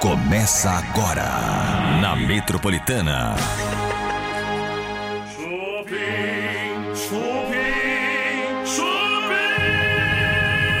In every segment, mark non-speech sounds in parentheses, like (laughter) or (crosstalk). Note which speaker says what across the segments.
Speaker 1: Começa agora na Metropolitana.
Speaker 2: Chupim, chupim, chupim.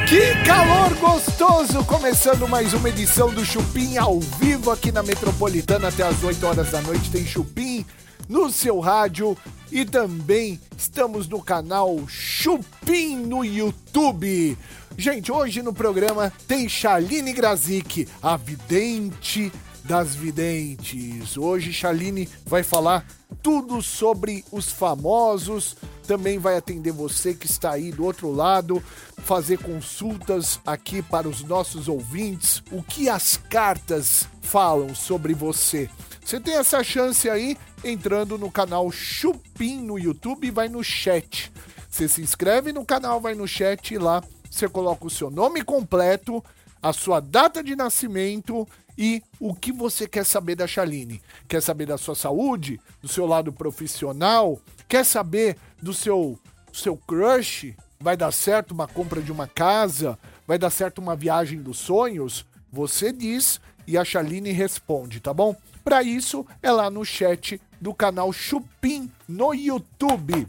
Speaker 3: Que calor gostoso! Começando mais uma edição do Chupim ao vivo aqui na Metropolitana até às 8 horas da noite. Tem Chupim no seu rádio e também estamos no canal Chupim no YouTube. Gente, hoje no programa tem Chaline Grazik, a vidente das videntes. Hoje Chaline vai falar tudo sobre os famosos, também vai atender você que está aí do outro lado, fazer consultas aqui para os nossos ouvintes, o que as cartas falam sobre você. Você tem essa chance aí entrando no canal Chupim no YouTube e vai no chat. Você se inscreve no canal, vai no chat e lá você coloca o seu nome completo, a sua data de nascimento e o que você quer saber da Chaline. Quer saber da sua saúde, do seu lado profissional? Quer saber do seu, seu crush? Vai dar certo uma compra de uma casa? Vai dar certo uma viagem dos sonhos? Você diz e a Chaline responde, tá bom? Para isso, é lá no chat do canal Chupim no YouTube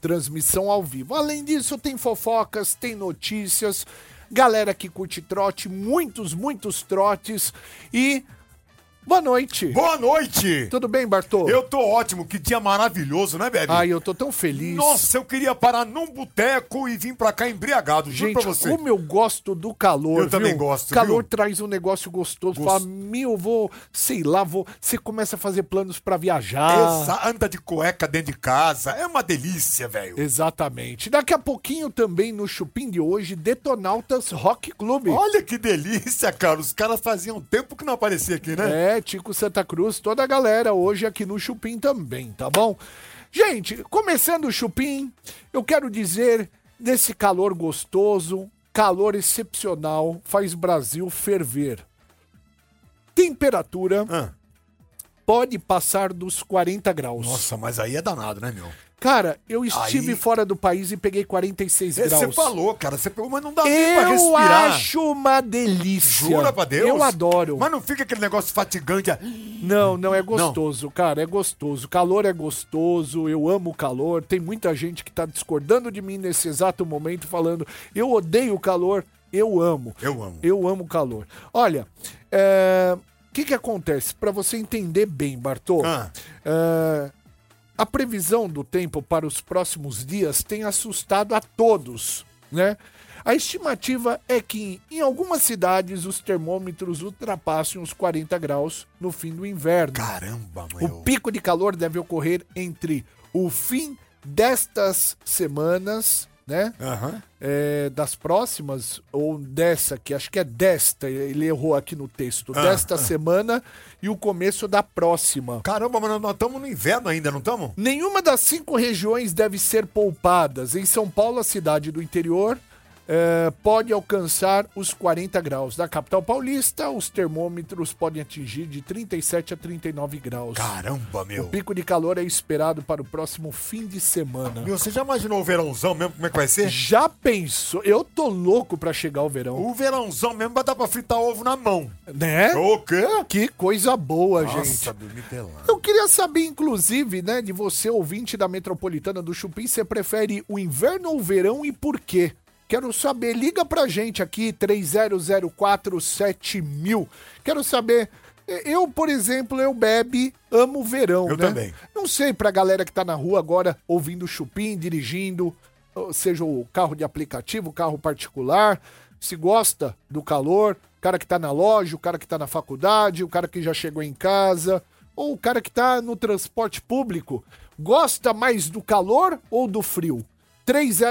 Speaker 3: transmissão ao vivo. Além disso, tem fofocas, tem notícias, galera que curte trote, muitos, muitos trotes e boa noite.
Speaker 4: Boa noite!
Speaker 3: Tudo bem, Bartô?
Speaker 4: Eu tô ótimo, que dia maravilhoso, né, Bebe?
Speaker 3: Ai, eu tô tão feliz.
Speaker 4: Nossa, eu queria parar num boteco e vim pra cá embriagado, juro
Speaker 3: Gente,
Speaker 4: pra você.
Speaker 3: como eu gosto do calor.
Speaker 4: Eu também
Speaker 3: viu?
Speaker 4: gosto,
Speaker 3: Calor
Speaker 4: viu?
Speaker 3: traz um negócio gostoso.
Speaker 4: Gost-
Speaker 3: Fala, meu, eu vou, sei lá, vou. Você começa a fazer planos pra viajar.
Speaker 4: Essa anda de cueca dentro de casa, é uma delícia, velho.
Speaker 3: Exatamente. Daqui a pouquinho também no Chupim de hoje, Detonautas Rock Clube.
Speaker 4: Olha que delícia, cara, os caras faziam tempo que não aparecia aqui,
Speaker 3: É,
Speaker 4: né?
Speaker 3: Tico Santa Cruz, toda a galera hoje aqui no Chupim também, tá bom? Gente, começando o Chupim, eu quero dizer desse calor gostoso, calor excepcional, faz Brasil ferver. Temperatura
Speaker 4: Ah.
Speaker 3: pode passar dos 40 graus.
Speaker 4: Nossa, mas aí é danado, né, meu?
Speaker 3: Cara, eu estive
Speaker 4: Aí-
Speaker 3: fora do país e peguei 46
Speaker 4: É,
Speaker 3: graus.
Speaker 4: Você falou, cara, você pegou, mas não dá nem pra
Speaker 3: Eu
Speaker 4: respirar.
Speaker 3: acho uma delícia.
Speaker 4: Jura pra Deus?
Speaker 3: Eu adoro.
Speaker 4: Mas não fica aquele negócio fatigante. ah,
Speaker 3: Não, não, é gostoso, cara, é gostoso. Calor é gostoso, eu amo o calor. Tem muita gente que tá discordando de mim nesse exato momento, falando eu odeio o calor, eu amo.
Speaker 4: Eu amo.
Speaker 3: Eu amo o calor. Olha, é, o que que acontece? Pra você entender bem, Bartô,
Speaker 4: Ah.
Speaker 3: é, a previsão do tempo para os próximos dias tem assustado a todos, né? A estimativa é que em algumas cidades os termômetros ultrapassem os 40 graus no fim do inverno.
Speaker 4: Caramba, meu.
Speaker 3: O pico de calor deve ocorrer entre o fim destas semanas, né?
Speaker 4: Aham.
Speaker 3: É, das próximas, ou dessa, que acho que é desta, ele errou aqui no texto, desta semana e o começo da próxima.
Speaker 4: Caramba, mas nós estamos no inverno ainda, não estamos?
Speaker 3: Nenhuma das cinco regiões deve ser poupadas. Em São Paulo, a cidade do interior eh, pode alcançar os 40 graus. Na capital paulista, os termômetros podem atingir de 37 a 39 graus.
Speaker 4: Caramba, meu.
Speaker 3: O pico de calor é esperado para o próximo fim de semana.
Speaker 4: Meu, você já imaginou o verãozão mesmo, como é que vai ser?
Speaker 3: Já pensou? Eu tô louco pra chegar o verão.
Speaker 4: O verãozão mesmo vai dar pra fritar ovo na mão. É
Speaker 3: Né?
Speaker 4: O quê?
Speaker 3: Que coisa boa, gente.
Speaker 4: Nossa, dormi pelado.
Speaker 3: Eu queria saber, inclusive, né, de você, ouvinte da Metropolitana do Chupim, você prefere o inverno ou o verão e por quê? Quero saber, liga pra gente aqui, 30047000. Quero saber, eh, eu, por exemplo, eu bebe, amo o verão,
Speaker 4: Eu
Speaker 3: né?
Speaker 4: também.
Speaker 3: Não sei pra galera que tá na rua agora ouvindo o Chupim, dirigindo, ou seja o carro de aplicativo, o carro particular, se gosta do calor, o cara que tá na loja, o cara que tá na faculdade, o cara que já chegou em casa, ou o cara que tá no transporte público, gosta mais do calor ou do frio?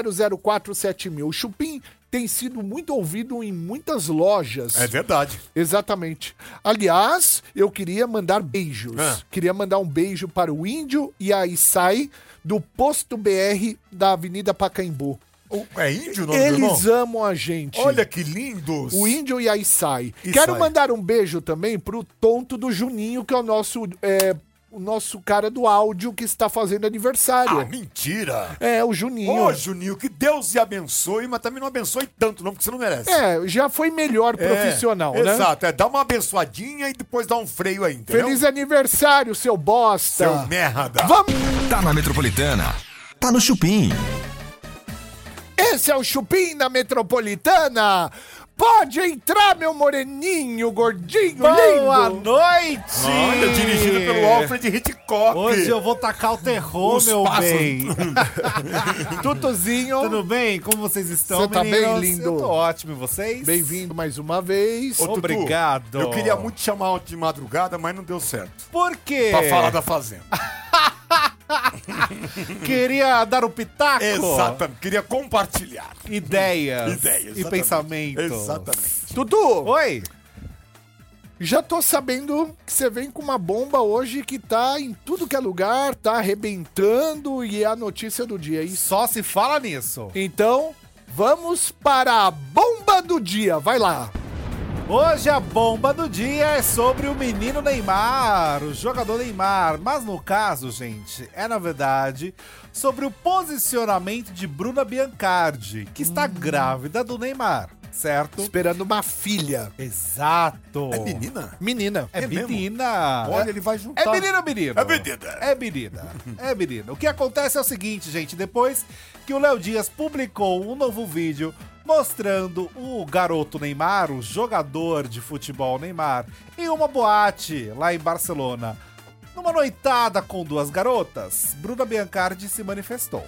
Speaker 3: 30047000. O Chupim tem sido muito ouvido em muitas lojas.
Speaker 4: É verdade.
Speaker 3: Exatamente. Aliás, eu queria mandar beijos.
Speaker 4: Ah.
Speaker 3: Queria mandar um beijo para o Índio e a Isai do Posto BR da Avenida Pacaembu.
Speaker 4: O- É índio o nome do irmão?
Speaker 3: Eles amam a gente.
Speaker 4: Olha que lindos.
Speaker 3: O Índio e a Isai.
Speaker 4: Isai.
Speaker 3: Quero mandar um beijo também pro tonto do Juninho, que é o nosso é, o nosso cara do áudio que está fazendo aniversário.
Speaker 4: Ah, mentira!
Speaker 3: É, o Juninho.
Speaker 4: Ô, Juninho, que Deus te abençoe, mas também não abençoe tanto, não, porque você não merece.
Speaker 3: É, já foi melhor
Speaker 4: É,
Speaker 3: profissional, né?
Speaker 4: Exato, é dá uma abençoadinha e depois dá um freio aí, entendeu?
Speaker 3: Feliz aniversário, seu bosta.
Speaker 4: Seu merda!
Speaker 3: Vamos!
Speaker 1: Tá na Metropolitana. Tá no Chupim.
Speaker 3: Esse é o Chupim da Metropolitana. Pode entrar, meu moreninho, gordinho,
Speaker 5: Boa
Speaker 3: lindo.
Speaker 5: noite!
Speaker 4: Olha, dirigido pelo Alfred Hitchcock.
Speaker 5: Hoje eu vou tacar o terror,
Speaker 4: Os
Speaker 5: meu
Speaker 4: passos-
Speaker 5: bem.
Speaker 3: Tutuzinho.
Speaker 5: Tudo bem? Como vocês estão,
Speaker 3: Você tá bem
Speaker 5: meninos?
Speaker 3: lindo.
Speaker 5: Eu tô ótimo, e vocês?
Speaker 3: Bem-vindo mais uma vez.
Speaker 4: Ô, Tutu,
Speaker 5: Obrigado.
Speaker 4: eu queria muito te chamar ontem de madrugada, mas não deu certo.
Speaker 5: Por
Speaker 3: É.
Speaker 5: quê?
Speaker 4: Pra falar
Speaker 3: (laughs)
Speaker 4: da Fazenda.
Speaker 5: Queria dar o pitaco?
Speaker 4: Exatamente. Queria compartilhar
Speaker 5: Ideias.
Speaker 4: ideias.
Speaker 5: E
Speaker 4: exatamente.
Speaker 5: pensamentos.
Speaker 4: Exatamente.
Speaker 3: Tutu,
Speaker 5: Oi?
Speaker 3: já tô sabendo que você vem com uma bomba hoje que tá em tudo que é lugar, tá arrebentando e é a notícia do dia, é isso?
Speaker 5: Só se fala nisso.
Speaker 3: Então, vamos para a bomba do dia. Vai lá.
Speaker 5: Hoje a bomba do dia é sobre o menino Neymar, o jogador Neymar. Mas no caso, gente, é na verdade sobre o posicionamento de Bruna Biancardi, que está grávida do Neymar, certo?
Speaker 3: Esperando uma filha.
Speaker 5: Exato.
Speaker 4: É menina?
Speaker 3: Menina.
Speaker 5: É,
Speaker 4: É mesmo?
Speaker 5: menina.
Speaker 4: Olha, ele vai juntar.
Speaker 5: É menina ou menino?
Speaker 4: É menina.
Speaker 5: É menina. É menina. O que acontece é o seguinte, gente. Depois que o Léo Dias publicou um novo vídeo mostrando o garoto Neymar, o jogador de futebol Neymar, em uma boate lá em Barcelona. Numa noitada com duas garotas, Bruna Biancardi se manifestou.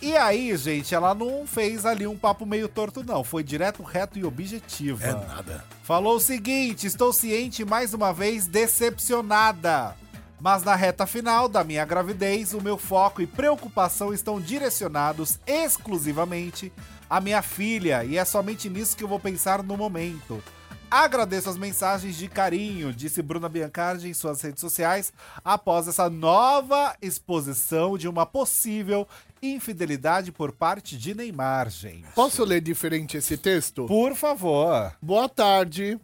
Speaker 5: E aí, gente, ela não fez ali um papo meio torto, não. Foi direto, reto e objetivo.
Speaker 4: É nada.
Speaker 5: Falou o seguinte: estou ciente mais uma vez decepcionada. Mas na reta final da minha gravidez, o meu foco e preocupação estão direcionados exclusivamente à minha filha, e é somente nisso que eu vou pensar no momento. Agradeço as mensagens de carinho, disse Bruna Biancardi em suas redes sociais, após essa nova exposição de uma possível infidelidade por parte de Neymar, gente.
Speaker 3: Posso ler diferente esse texto?
Speaker 5: Por favor.
Speaker 3: Boa tarde.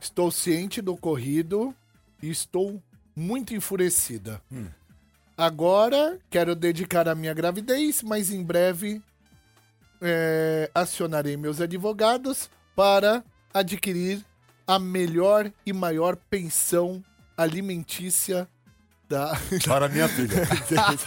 Speaker 3: Estou ciente do ocorrido e estou muito enfurecida.
Speaker 5: Hum.
Speaker 3: Agora quero dedicar a minha gravidez, mas em breve é, acionarei meus advogados para adquirir a melhor e maior pensão alimentícia da.
Speaker 4: Para minha (laughs) filha.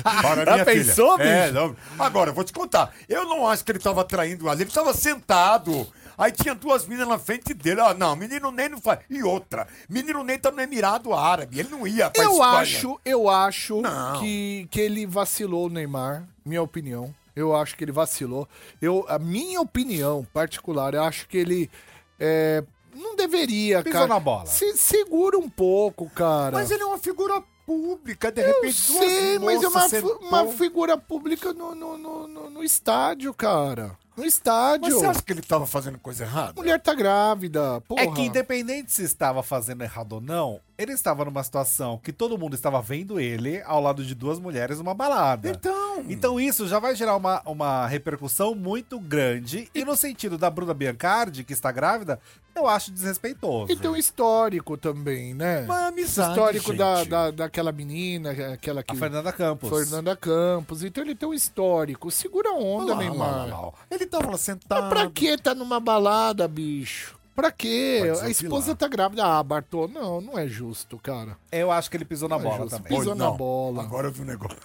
Speaker 4: Para
Speaker 3: Já
Speaker 4: minha
Speaker 3: pensou,
Speaker 4: filha. É,
Speaker 3: bicho?
Speaker 4: não. Agora, eu vou te contar. Eu não acho que ele tava traindo ela. Ele tava sentado. Aí tinha duas meninas na frente dele. Ah, não, menino Ney não faz. E outra. Menino Ney tá no Emirado Árabe. Ele não ia pra
Speaker 3: Eu
Speaker 4: Espanha.
Speaker 3: acho, eu acho
Speaker 4: Não.
Speaker 3: que, que ele vacilou o Neymar, minha opinião. Eu acho que ele vacilou. Eu, a minha opinião particular, eu acho que ele é, não deveria,
Speaker 5: Pisou
Speaker 3: cara.
Speaker 5: na bola.
Speaker 3: Se segura um pouco, cara.
Speaker 4: Mas ele é uma figura pública, de
Speaker 3: eu
Speaker 4: repente. duas
Speaker 3: sei, mas é
Speaker 4: moças
Speaker 3: uma,
Speaker 4: sentou.
Speaker 3: fi- uma figura pública no, no, no, no- no estádio, cara. No
Speaker 4: Mas
Speaker 3: estádio.
Speaker 4: você acha que ele tava fazendo coisa
Speaker 3: A
Speaker 4: errada?
Speaker 3: mulher tá grávida, porra.
Speaker 5: É que independente se estava fazendo errado ou não, ele estava numa situação que todo mundo estava vendo ele ao lado de duas mulheres numa balada.
Speaker 4: Então.
Speaker 3: hum.
Speaker 5: Então isso já vai gerar uma, uma repercussão muito grande. E no sentido da Bruna Biancardi, que está grávida, eu acho desrespeitoso.
Speaker 3: E tem um histórico também, né?
Speaker 4: Uma amizade,
Speaker 3: histórico da,
Speaker 4: gente.
Speaker 3: da, daquela menina, aquela que...
Speaker 5: A Fernanda Campos.
Speaker 3: Fernanda Campos. Então ele tem um histórico. Segura a onda,
Speaker 4: Olha lá,
Speaker 3: Neymar.
Speaker 4: olha lá, olha lá. Ele tava lá sentado.
Speaker 3: Mas pra que tá numa balada, bicho? Pra quê?
Speaker 4: Pra
Speaker 3: A
Speaker 4: desopilar.
Speaker 3: esposa tá grávida. Ah, Bartô, não, não é justo, cara.
Speaker 5: Eu acho que ele pisou na
Speaker 3: Não é
Speaker 5: bola
Speaker 3: justo.
Speaker 5: também.
Speaker 4: Pois
Speaker 3: pisou na
Speaker 4: não.
Speaker 3: bola.
Speaker 4: Agora eu vi um
Speaker 5: (laughs)
Speaker 4: negócio.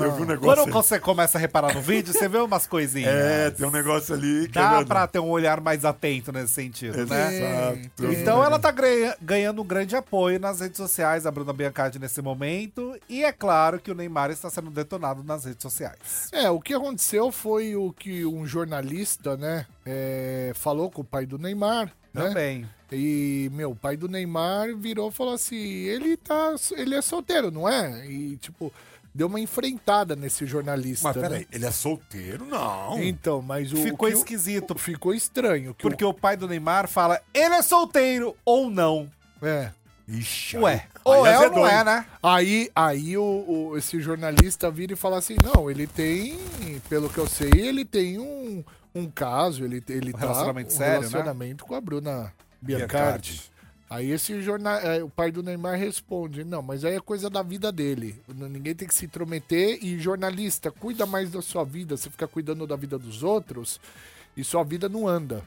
Speaker 4: Eu vi um negócio.
Speaker 5: Quando
Speaker 4: ali.
Speaker 5: você começa a reparar no vídeo, você vê umas coisinhas.
Speaker 4: É, tem um negócio ali que é
Speaker 5: Dá
Speaker 4: verdade.
Speaker 5: pra ter um olhar mais atento nesse sentido, né?
Speaker 4: Exato.
Speaker 5: Então ela tá ganha- ganhando um grande apoio nas redes sociais, a Bruna Biancardi nesse momento. E é claro que o Neymar está sendo detonado nas redes sociais.
Speaker 3: É, o que aconteceu foi o que um jornalista, né, é, falou com o pai do Neymar, né?
Speaker 5: Também.
Speaker 3: E, meu, o pai do Neymar virou e falou assim: ele tá. Ele é solteiro, não é? E, tipo, deu uma enfrentada nesse jornalista.
Speaker 4: Mas
Speaker 3: né?
Speaker 4: peraí, um ele é solteiro? Não.
Speaker 3: Então, mas o.
Speaker 5: Ficou
Speaker 3: que o-
Speaker 5: esquisito.
Speaker 3: Então Ficou estranho. Que
Speaker 5: Porque o pai do Neymar fala, ele é solteiro ou não.
Speaker 3: o- é.
Speaker 4: Ixi.
Speaker 5: Ué,
Speaker 4: aí-
Speaker 5: ou
Speaker 4: aí
Speaker 5: é ou
Speaker 4: azedou,
Speaker 5: não é,
Speaker 4: hein?
Speaker 5: né?
Speaker 3: Aí, aí o, o- esse jornalista vira e fala assim: não, ele tem, pelo que eu sei, ele tem um, um caso, ele, ele tá.
Speaker 5: relacionamento
Speaker 3: um
Speaker 5: sério, né?
Speaker 3: relacionamento com a Bruna Biancardi.
Speaker 4: Biancardi.
Speaker 3: Aí esse jornal, é, o pai do Neymar responde: não, mas aí é coisa da vida dele. N- Ninguém tem que se intrometer. E jornalista, cuida mais da sua vida. Você fica cuidando da vida dos outros e sua vida não anda.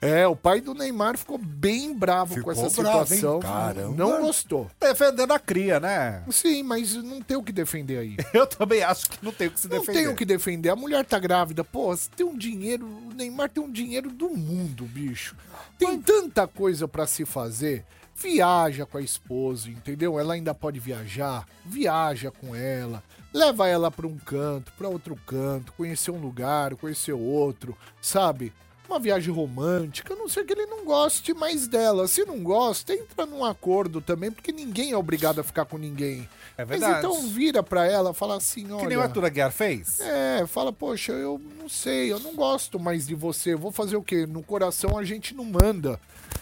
Speaker 3: É, o pai do Neymar ficou bem bravo
Speaker 4: Ficou
Speaker 3: com essa
Speaker 4: bravo, hein?
Speaker 3: situação.
Speaker 4: Caramba.
Speaker 3: Não gostou.
Speaker 5: Defendendo a cria, né? (laughs)
Speaker 3: Sim, mas não tem o que defender aí.
Speaker 5: Eu também acho que não tem o que se
Speaker 3: Não
Speaker 5: defender.
Speaker 3: tem o que defender. A mulher tá grávida. Pô, você tem um dinheiro. O Neymar tem um dinheiro do mundo, bicho. Tem tanta coisa pra se fazer. Viaja com a esposa, entendeu? Ela ainda pode viajar. Viaja com ela. Leva ela pra um canto, pra outro canto. Conhecer um lugar, conhecer outro, sabe? Uma viagem romântica, a não ser que ele não goste mais dela. Se não gosta, entra num acordo também, porque ninguém é obrigado a ficar com ninguém.
Speaker 5: É
Speaker 3: Mas
Speaker 5: verdade.
Speaker 3: então vira pra ela, fala assim, olha...
Speaker 5: Que nem o Arthur Aguiar fez.
Speaker 3: É, fala, poxa, eu não sei, eu não gosto mais de você, eu vou fazer o quê? No coração a gente não manda.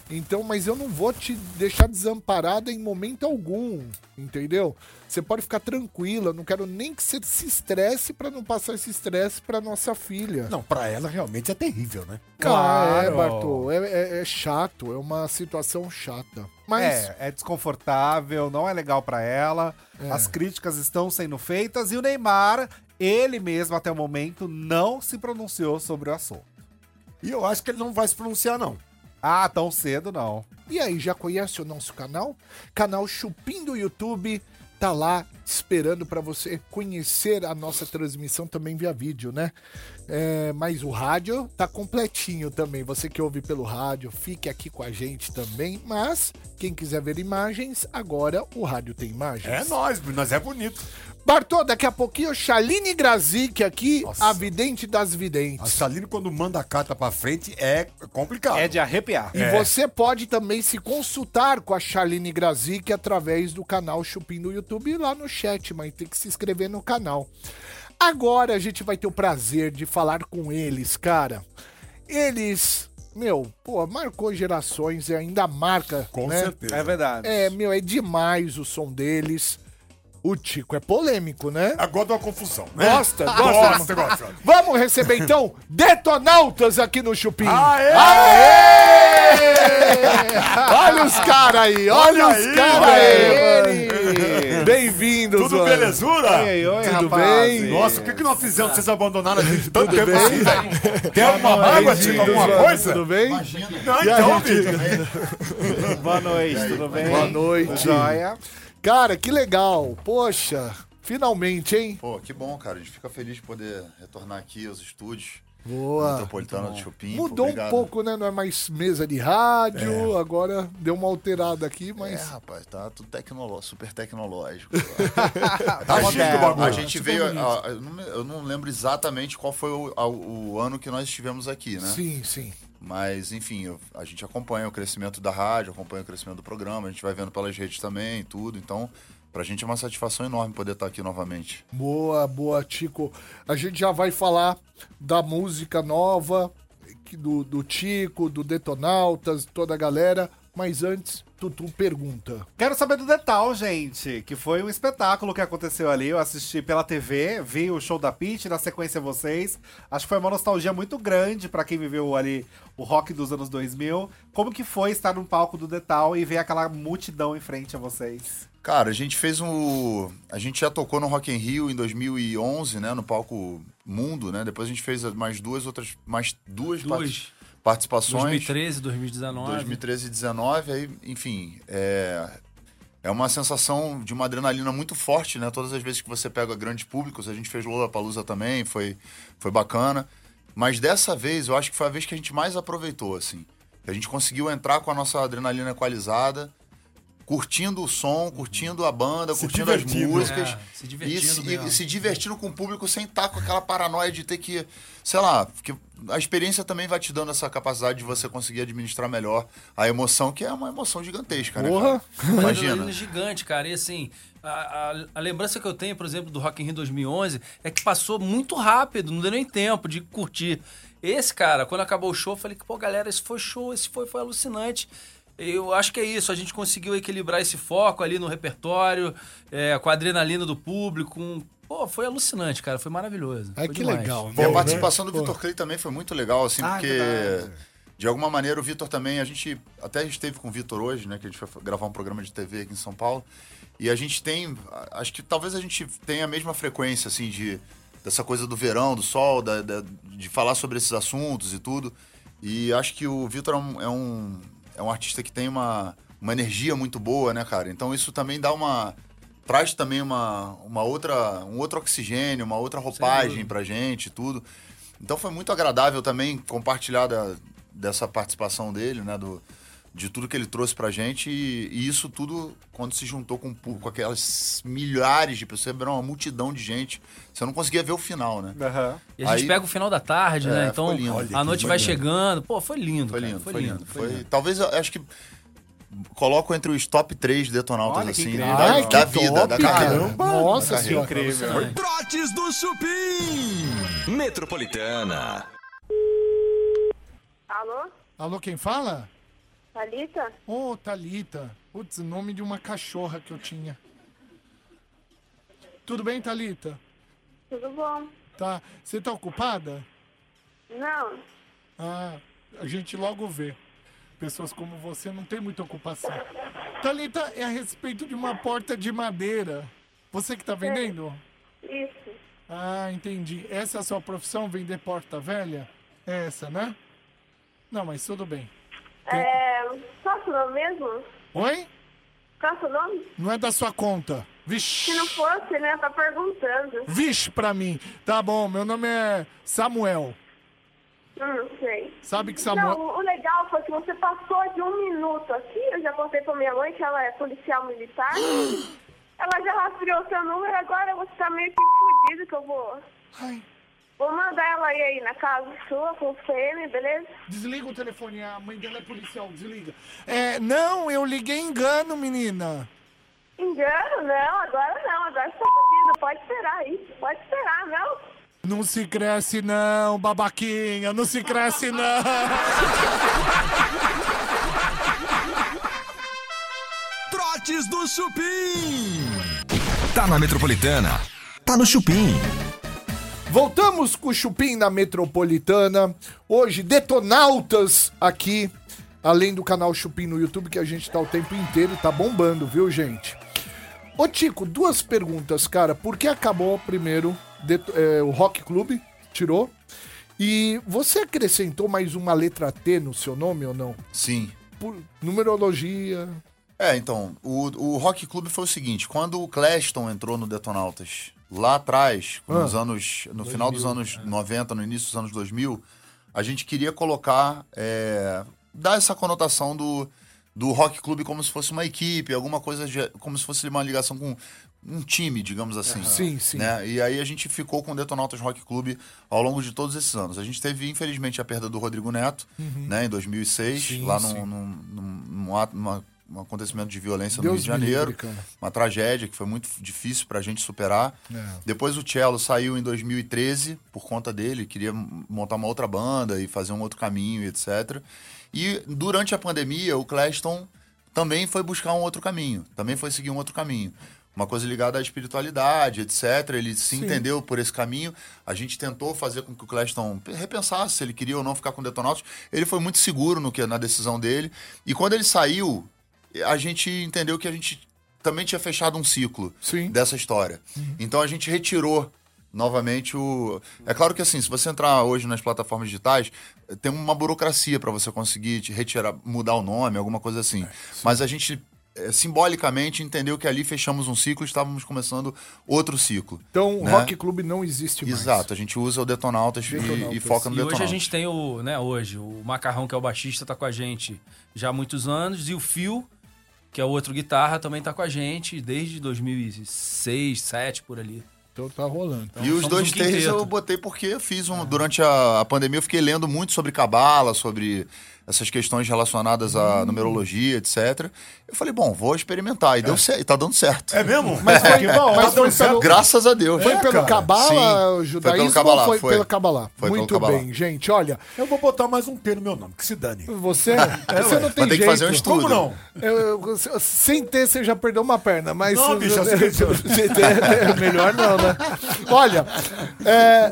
Speaker 3: Então, mas eu não vou te deixar desamparada em momento algum, entendeu? Você pode ficar tranquila, eu não quero nem que você se estresse pra não passar esse estresse pra nossa filha.
Speaker 4: Não, pra ela realmente é terrível, né?
Speaker 3: Ah,
Speaker 5: claro.
Speaker 3: é, Bartô, é, é- é chato, é uma situação chata. Mas É.
Speaker 5: É, é desconfortável, não é legal pra ela. As críticas estão sendo feitas e o Neymar, ele mesmo até o momento, não se pronunciou sobre o assunto.
Speaker 4: E eu acho que ele não vai se pronunciar, não.
Speaker 5: Ah, tão cedo não.
Speaker 3: E aí, já conhece o nosso canal? Canal Chupim do YouTube tá lá esperando pra você conhecer a nossa transmissão também via vídeo, né? É, mas o rádio tá completinho também. Você que ouve pelo rádio, fique aqui com a gente também. Mas quem quiser ver imagens, agora o rádio tem imagens.
Speaker 4: É nós, Bruno, nós é bonito.
Speaker 3: Bartô, daqui a pouquinho, Shaline Grazik aqui,
Speaker 4: Nossa.
Speaker 3: a vidente das videntes.
Speaker 4: A Saline, quando manda a carta pra frente, é complicado.
Speaker 5: É de arrepiar.
Speaker 3: E você pode também se consultar com a Charline Grazik através do canal Chupim no YouTube e lá no chat, mas tem que se inscrever no canal. Agora a gente vai ter o prazer de falar com eles, cara. Eles, meu, pô, marcou gerações e ainda marca.
Speaker 4: Com
Speaker 3: né?
Speaker 4: certeza.
Speaker 5: É verdade.
Speaker 3: É, meu, é demais o som deles. O Tico é polêmico, né?
Speaker 4: Agora dá uma confusão, né?
Speaker 3: Gosta, gosta.
Speaker 4: Gosta, gosta.
Speaker 3: Vamos receber então (laughs) detonautas aqui no Chupim.
Speaker 4: Aê!
Speaker 3: Olha os caras aí, olha,
Speaker 4: Olha
Speaker 3: os
Speaker 4: aí,
Speaker 3: caras aí.
Speaker 5: Ele!
Speaker 3: mano. Bem-vindos,
Speaker 4: Tudo
Speaker 3: mano.
Speaker 4: belezura?
Speaker 5: Oi, oi,
Speaker 3: Tudo
Speaker 5: rapazes.
Speaker 3: bem?
Speaker 4: Nossa, o que, que nós fizemos? Vocês abandonaram a gente tanto tempo assim, velho?
Speaker 5: É
Speaker 4: Tem alguma mágoa, tipo,
Speaker 3: Bem-vindos,
Speaker 4: alguma
Speaker 3: mano.
Speaker 4: coisa?
Speaker 3: Tudo bem?
Speaker 4: Não, então, filho.
Speaker 5: Boa noite, tudo bem?
Speaker 3: Boa noite.
Speaker 5: Joia.
Speaker 3: Cara, que legal. Poxa, finalmente, hein?
Speaker 6: Pô, que bom, cara. A gente fica feliz de poder retornar aqui aos estúdios
Speaker 3: Boa.
Speaker 6: metropolitana de Chupim. Pô,
Speaker 3: Mudou um
Speaker 6: obrigado.
Speaker 3: pouco, né? Não é mais mesa de
Speaker 4: É.
Speaker 3: rádio, agora deu uma alterada aqui,
Speaker 6: É,
Speaker 3: mas...
Speaker 6: rapaz, tá tudo tecnológico, super tecnológico.
Speaker 3: (laughs)
Speaker 4: Tá chique o
Speaker 6: a
Speaker 4: bagulho.
Speaker 6: gente veio. a- a- eu, não, me- eu não lembro exatamente qual foi o, a- o ano que nós estivemos aqui, né?
Speaker 3: Sim, sim.
Speaker 6: Mas, enfim, eu- a gente acompanha o crescimento da rádio, acompanha o crescimento do programa, a gente vai vendo pelas redes também, tudo. Então, pra gente é uma satisfação enorme poder estar aqui novamente.
Speaker 3: Boa, boa, Tico. A gente já vai falar da música nova, que- do, do Tico, do Detonautas, toda a galera. Mas antes, Tutu pergunta.
Speaker 5: Quero saber do Detal, gente, que foi um espetáculo que aconteceu ali. Eu assisti pela TV, vi o show da Pitty, na sequência vocês. Acho que foi uma nostalgia muito grande pra quem viveu ali o rock dos anos 2000. Como que foi estar num palco do Detal e ver aquela multidão em frente a vocês?
Speaker 6: Cara, a gente fez um. A gente já tocou no Rock in Rio em 2011, né? No palco Mundo, né? Depois a gente fez mais duas outras. Mais duas,
Speaker 7: Duas.
Speaker 6: parti- participações.
Speaker 7: 2013, 2019.
Speaker 6: 2013 e 2019. Aí, enfim. É... é uma sensação de uma adrenalina muito forte, né? Todas as vezes que você pega grandes públicos. A gente fez Lollapalooza também, foi, foi bacana. Mas dessa vez, eu acho que foi a vez que a gente mais aproveitou, assim. A gente conseguiu entrar com a nossa adrenalina equalizada curtindo o som, curtindo a banda,
Speaker 4: Se
Speaker 6: curtindo as
Speaker 4: divertindo.
Speaker 6: músicas.
Speaker 7: É, se divertindo
Speaker 6: e, se, e-
Speaker 7: mesmo.
Speaker 6: e se divertindo com o público sem estar com aquela paranoia de ter que, sei lá, porque a experiência também vai te dando essa capacidade de você conseguir administrar melhor a emoção, que é uma emoção gigantesca,
Speaker 3: Porra!
Speaker 6: né? Cara?
Speaker 7: Uma adrenalina
Speaker 6: Imagina.
Speaker 7: gigante, cara. E assim, a, a- a lembrança que eu tenho, por exemplo, do Rock in Rio 2011 é que passou muito rápido, não deu nem tempo de curtir. Esse, cara, quando acabou o show, eu falei que, pô, galera, esse foi show, esse foi, foi alucinante. Eu acho que é isso, a gente conseguiu equilibrar esse foco ali no repertório, é, com a adrenalina do público. com- Pô, foi alucinante, cara, foi maravilhoso.
Speaker 3: Ai,
Speaker 7: Foi
Speaker 3: que
Speaker 7: demais.
Speaker 3: legal.
Speaker 6: E a
Speaker 3: né?
Speaker 6: participação do Vitor Clay também foi muito legal, assim, porque de alguma maneira o Vitor também, a gente até esteve com o Vitor hoje, né? Que a gente foi gravar um programa de TV aqui em São Paulo. E a gente tem, a- acho que talvez a gente tenha a mesma frequência, assim, de dessa coisa do verão, do sol, da- da- de falar sobre esses assuntos e tudo. E acho que o Vitor é um, é um, é um artista que tem uma, uma energia muito boa, né, cara? Então isso também dá uma. traz também uma, uma outra, um outro oxigênio, uma outra roupagem pra gente e tudo. Então foi muito agradável também compartilhar da- dessa participação dele, né? Do, de tudo que ele trouxe pra gente. E, e isso tudo, quando se juntou com o público, com aquelas milhares de pessoas, era uma multidão de gente. Você não conseguia ver o final, né?
Speaker 5: Aham.
Speaker 7: E a gente
Speaker 6: Aí-
Speaker 7: pega o final da tarde,
Speaker 6: É,
Speaker 7: né?
Speaker 6: foi
Speaker 7: Então
Speaker 6: lindo. Olha,
Speaker 7: a
Speaker 6: que
Speaker 7: noite
Speaker 6: foi
Speaker 7: vai
Speaker 6: lindo.
Speaker 7: chegando. Pô, foi lindo.
Speaker 6: Foi
Speaker 7: cara,
Speaker 6: lindo, foi lindo.
Speaker 7: Foi
Speaker 6: Foi, Talvez, eu acho que coloco entre os top 3 detonautas,
Speaker 5: Olha que
Speaker 6: assim,
Speaker 5: incrível.
Speaker 6: da,
Speaker 5: Ai,
Speaker 6: da vida, da carreira.
Speaker 3: Caramba, nossa senhora.
Speaker 5: Incrível.
Speaker 1: Trotes do Chupim. Metropolitana.
Speaker 8: Alô?
Speaker 3: Alô, quem fala?
Speaker 8: Thalita?
Speaker 3: Ô, Thalita. Putz, nome de uma cachorra que eu tinha. Tudo bem, Thalita?
Speaker 8: Tudo bom?
Speaker 3: Tá. Você tá ocupada?
Speaker 8: Não,
Speaker 3: Ah, a gente logo vê. Pessoas como você não tem muita ocupação. Thalita, é a respeito de uma porta de madeira. Você que tá vendendo?
Speaker 8: isso.
Speaker 3: Ah, entendi. Essa é a sua profissão, vender porta velha? É essa, né? Não, mas tudo bem.
Speaker 8: É. Qual é o seu nome mesmo?
Speaker 3: Oi?
Speaker 8: Qual é o seu nome?
Speaker 3: Não é da sua conta. Vixe.
Speaker 8: Se não fosse, né? Tá perguntando.
Speaker 3: Vixe pra mim. Tá bom, meu nome é Samuel.
Speaker 8: Hum, sei.
Speaker 3: Sabe que
Speaker 8: Não,
Speaker 3: Samuel.
Speaker 8: o legal foi que você passou de um minuto aqui. Eu já contei pra minha mãe que ela é policial militar. ela já rastreou seu número, agora você tá meio que fudido que eu vou.
Speaker 3: Ai,
Speaker 8: Vou mandar ela ir aí na casa sua com o PM, beleza?
Speaker 3: desliga o telefone, a mãe dela é policial, desliga. É, não, eu liguei engano, menina.
Speaker 8: Engano, não, agora não, agora você tá fudido. Pode esperar aí, pode esperar, não?
Speaker 3: Não se cresce não, babaquinha, não se cresce não.
Speaker 1: Trotes do Chupim. Tá na Metropolitana. Tá no Chupim.
Speaker 3: Voltamos com o Chupim na Metropolitana. Hoje, detonautas aqui, além do canal Chupim no YouTube, que a gente tá o tempo inteiro e tá bombando, viu, gente? Ô, Tico, duas perguntas, cara. Por que acabou primeiro det- é, o Rock Club? Tirou. E você acrescentou mais uma letra T no seu nome ou não?
Speaker 6: Sim.
Speaker 3: Por numerologia.
Speaker 6: É, então, o, o Rock Club foi o seguinte, quando o Claston entrou no Detonautas, lá atrás,
Speaker 3: Ah,
Speaker 6: nos anos, no final dos anos
Speaker 3: é.
Speaker 6: 90, no início dos anos 2000, a gente queria colocar, é, dar essa conotação do, do Rock Club como se fosse uma equipe, alguma coisa, de- como se fosse uma ligação com um time, digamos assim.
Speaker 3: Sim, sim.
Speaker 6: né? E aí a gente ficou com o Detonautas Rock Club ao longo de todos esses anos. A gente teve, infelizmente, a perda do Rodrigo Neto,
Speaker 3: Uhum.
Speaker 6: né, em 2006, lá num, num, num- num ato- numa- um acontecimento de violência
Speaker 3: Deus
Speaker 6: no Rio de
Speaker 3: me livre,
Speaker 6: Janeiro.
Speaker 3: cara. É.
Speaker 6: uma tragédia que foi muito difícil pra gente superar. Depois o Cello saiu em 2013 por conta dele, queria m- montar uma outra banda e fazer um outro caminho, etc. E durante a pandemia, o Claston também foi buscar um outro caminho, também foi seguir um outro caminho. Uma coisa ligada à espiritualidade, etc. Ele se entendeu por esse caminho. A gente tentou fazer com que o Claston repensasse se ele queria ou não ficar com o Detonautas. Ele foi muito seguro no que, na decisão dele. E quando ele saiu, a gente entendeu que a gente também tinha fechado um ciclo
Speaker 3: Sim.
Speaker 6: dessa história. Então a gente retirou novamente o. É claro que assim, se você entrar hoje nas plataformas digitais, tem uma burocracia para você conseguir te retirar, mudar o nome, alguma coisa assim.
Speaker 3: É,
Speaker 6: Mas a gente eh, simbolicamente entendeu que ali fechamos um ciclo, e estávamos começando outro ciclo.
Speaker 3: Então, o
Speaker 6: né?
Speaker 3: Rock Club não existe mais.
Speaker 6: Exato, a gente usa o Detonautas, e- E,
Speaker 3: Detonautas.
Speaker 6: foca no
Speaker 7: E
Speaker 6: Detonautas.
Speaker 7: hoje a gente tem o, né, hoje, o Macarrão, que é o baixista, tá com a gente já há muitos anos, e o Fio, que é o outro guitarra, também tá com a gente desde 2006, 2007, por ali.
Speaker 3: Então tá rolando.
Speaker 6: e os
Speaker 7: somos
Speaker 6: dois T's
Speaker 7: um quinteto.
Speaker 6: eu botei porque eu fiz
Speaker 3: É.
Speaker 6: um. Durante a, a pandemia eu fiquei lendo muito sobre cabala, sobre essas questões relacionadas à
Speaker 3: Hum.
Speaker 6: numerologia, etc. Eu falei, bom, vou experimentar. E deu certo, e tá dando certo.
Speaker 4: É mesmo?
Speaker 3: (laughs) Mas foi,
Speaker 6: que
Speaker 3: bom, mas É. foi pelo,
Speaker 6: Graças a Deus.
Speaker 3: Foi pelo
Speaker 6: É, cara. Sim,
Speaker 3: Cabala, o
Speaker 6: Foi
Speaker 3: judaísmo
Speaker 6: pelo Kabbalah,
Speaker 3: ou foi,
Speaker 6: foi.
Speaker 3: pelo Kabbalah?
Speaker 6: Foi pelo
Speaker 3: Muito
Speaker 6: Kabbalah.
Speaker 3: bem, gente. Olha,
Speaker 4: Eu vou botar mais um P no meu nome, que se dane.
Speaker 6: (laughs)
Speaker 3: você, você não tem
Speaker 6: Vai ter
Speaker 3: jeito.
Speaker 6: que fazer um estudo.
Speaker 4: Como não?
Speaker 3: Eu- eu- se- sem ter, você já perdeu uma perna, mas.
Speaker 4: Não, bicho, assim- (laughs)
Speaker 3: Sem ter, é
Speaker 4: né?
Speaker 3: melhor não, né? Olha, é,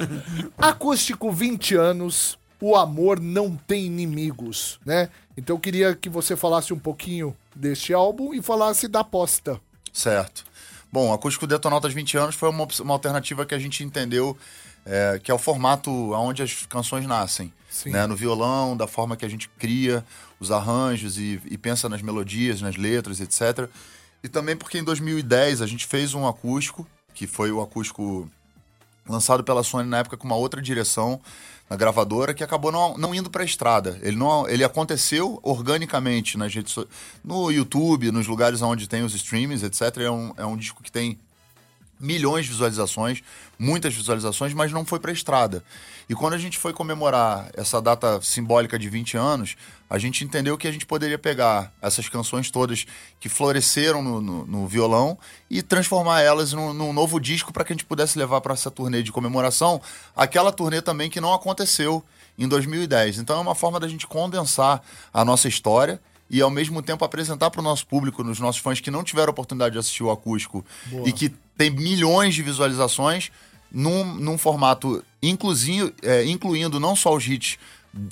Speaker 3: acústico 20 anos,
Speaker 9: o amor não tem inimigos, né? Então eu queria que você falasse um pouquinho deste álbum e falasse da aposta.
Speaker 6: Certo. Bom, Acústico Detonautas 20 anos foi uma, op- uma alternativa que a gente entendeu é, que é o formato onde as canções nascem.
Speaker 9: Sim.
Speaker 6: né? No violão, da forma que a gente cria os arranjos e, e pensa nas melodias, nas letras, etc. E também porque em 2010 a gente fez um acústico, que foi o acústico lançado pela Sony na época com uma outra direção na gravadora que acabou não, não indo para a estrada. Ele não ele aconteceu organicamente nas redes so- no YouTube, nos lugares onde tem os streams, etc. É um, é um disco que tem milhões de visualizações, muitas visualizações, mas não foi para estrada. E quando a gente foi comemorar essa data simbólica de 20 anos, a gente entendeu que a gente poderia pegar essas canções todas que floresceram no, no- no violão e transformar elas num, num novo disco para que a gente pudesse levar para essa turnê de comemoração, aquela turnê também que não aconteceu em 2010. Então é uma forma da gente condensar a nossa história e ao mesmo tempo apresentar para o nosso público, nos nossos fãs que não tiveram oportunidade de assistir o acústico e que tem milhões de visualizações num, num formato inclusive, é, incluindo não só os hits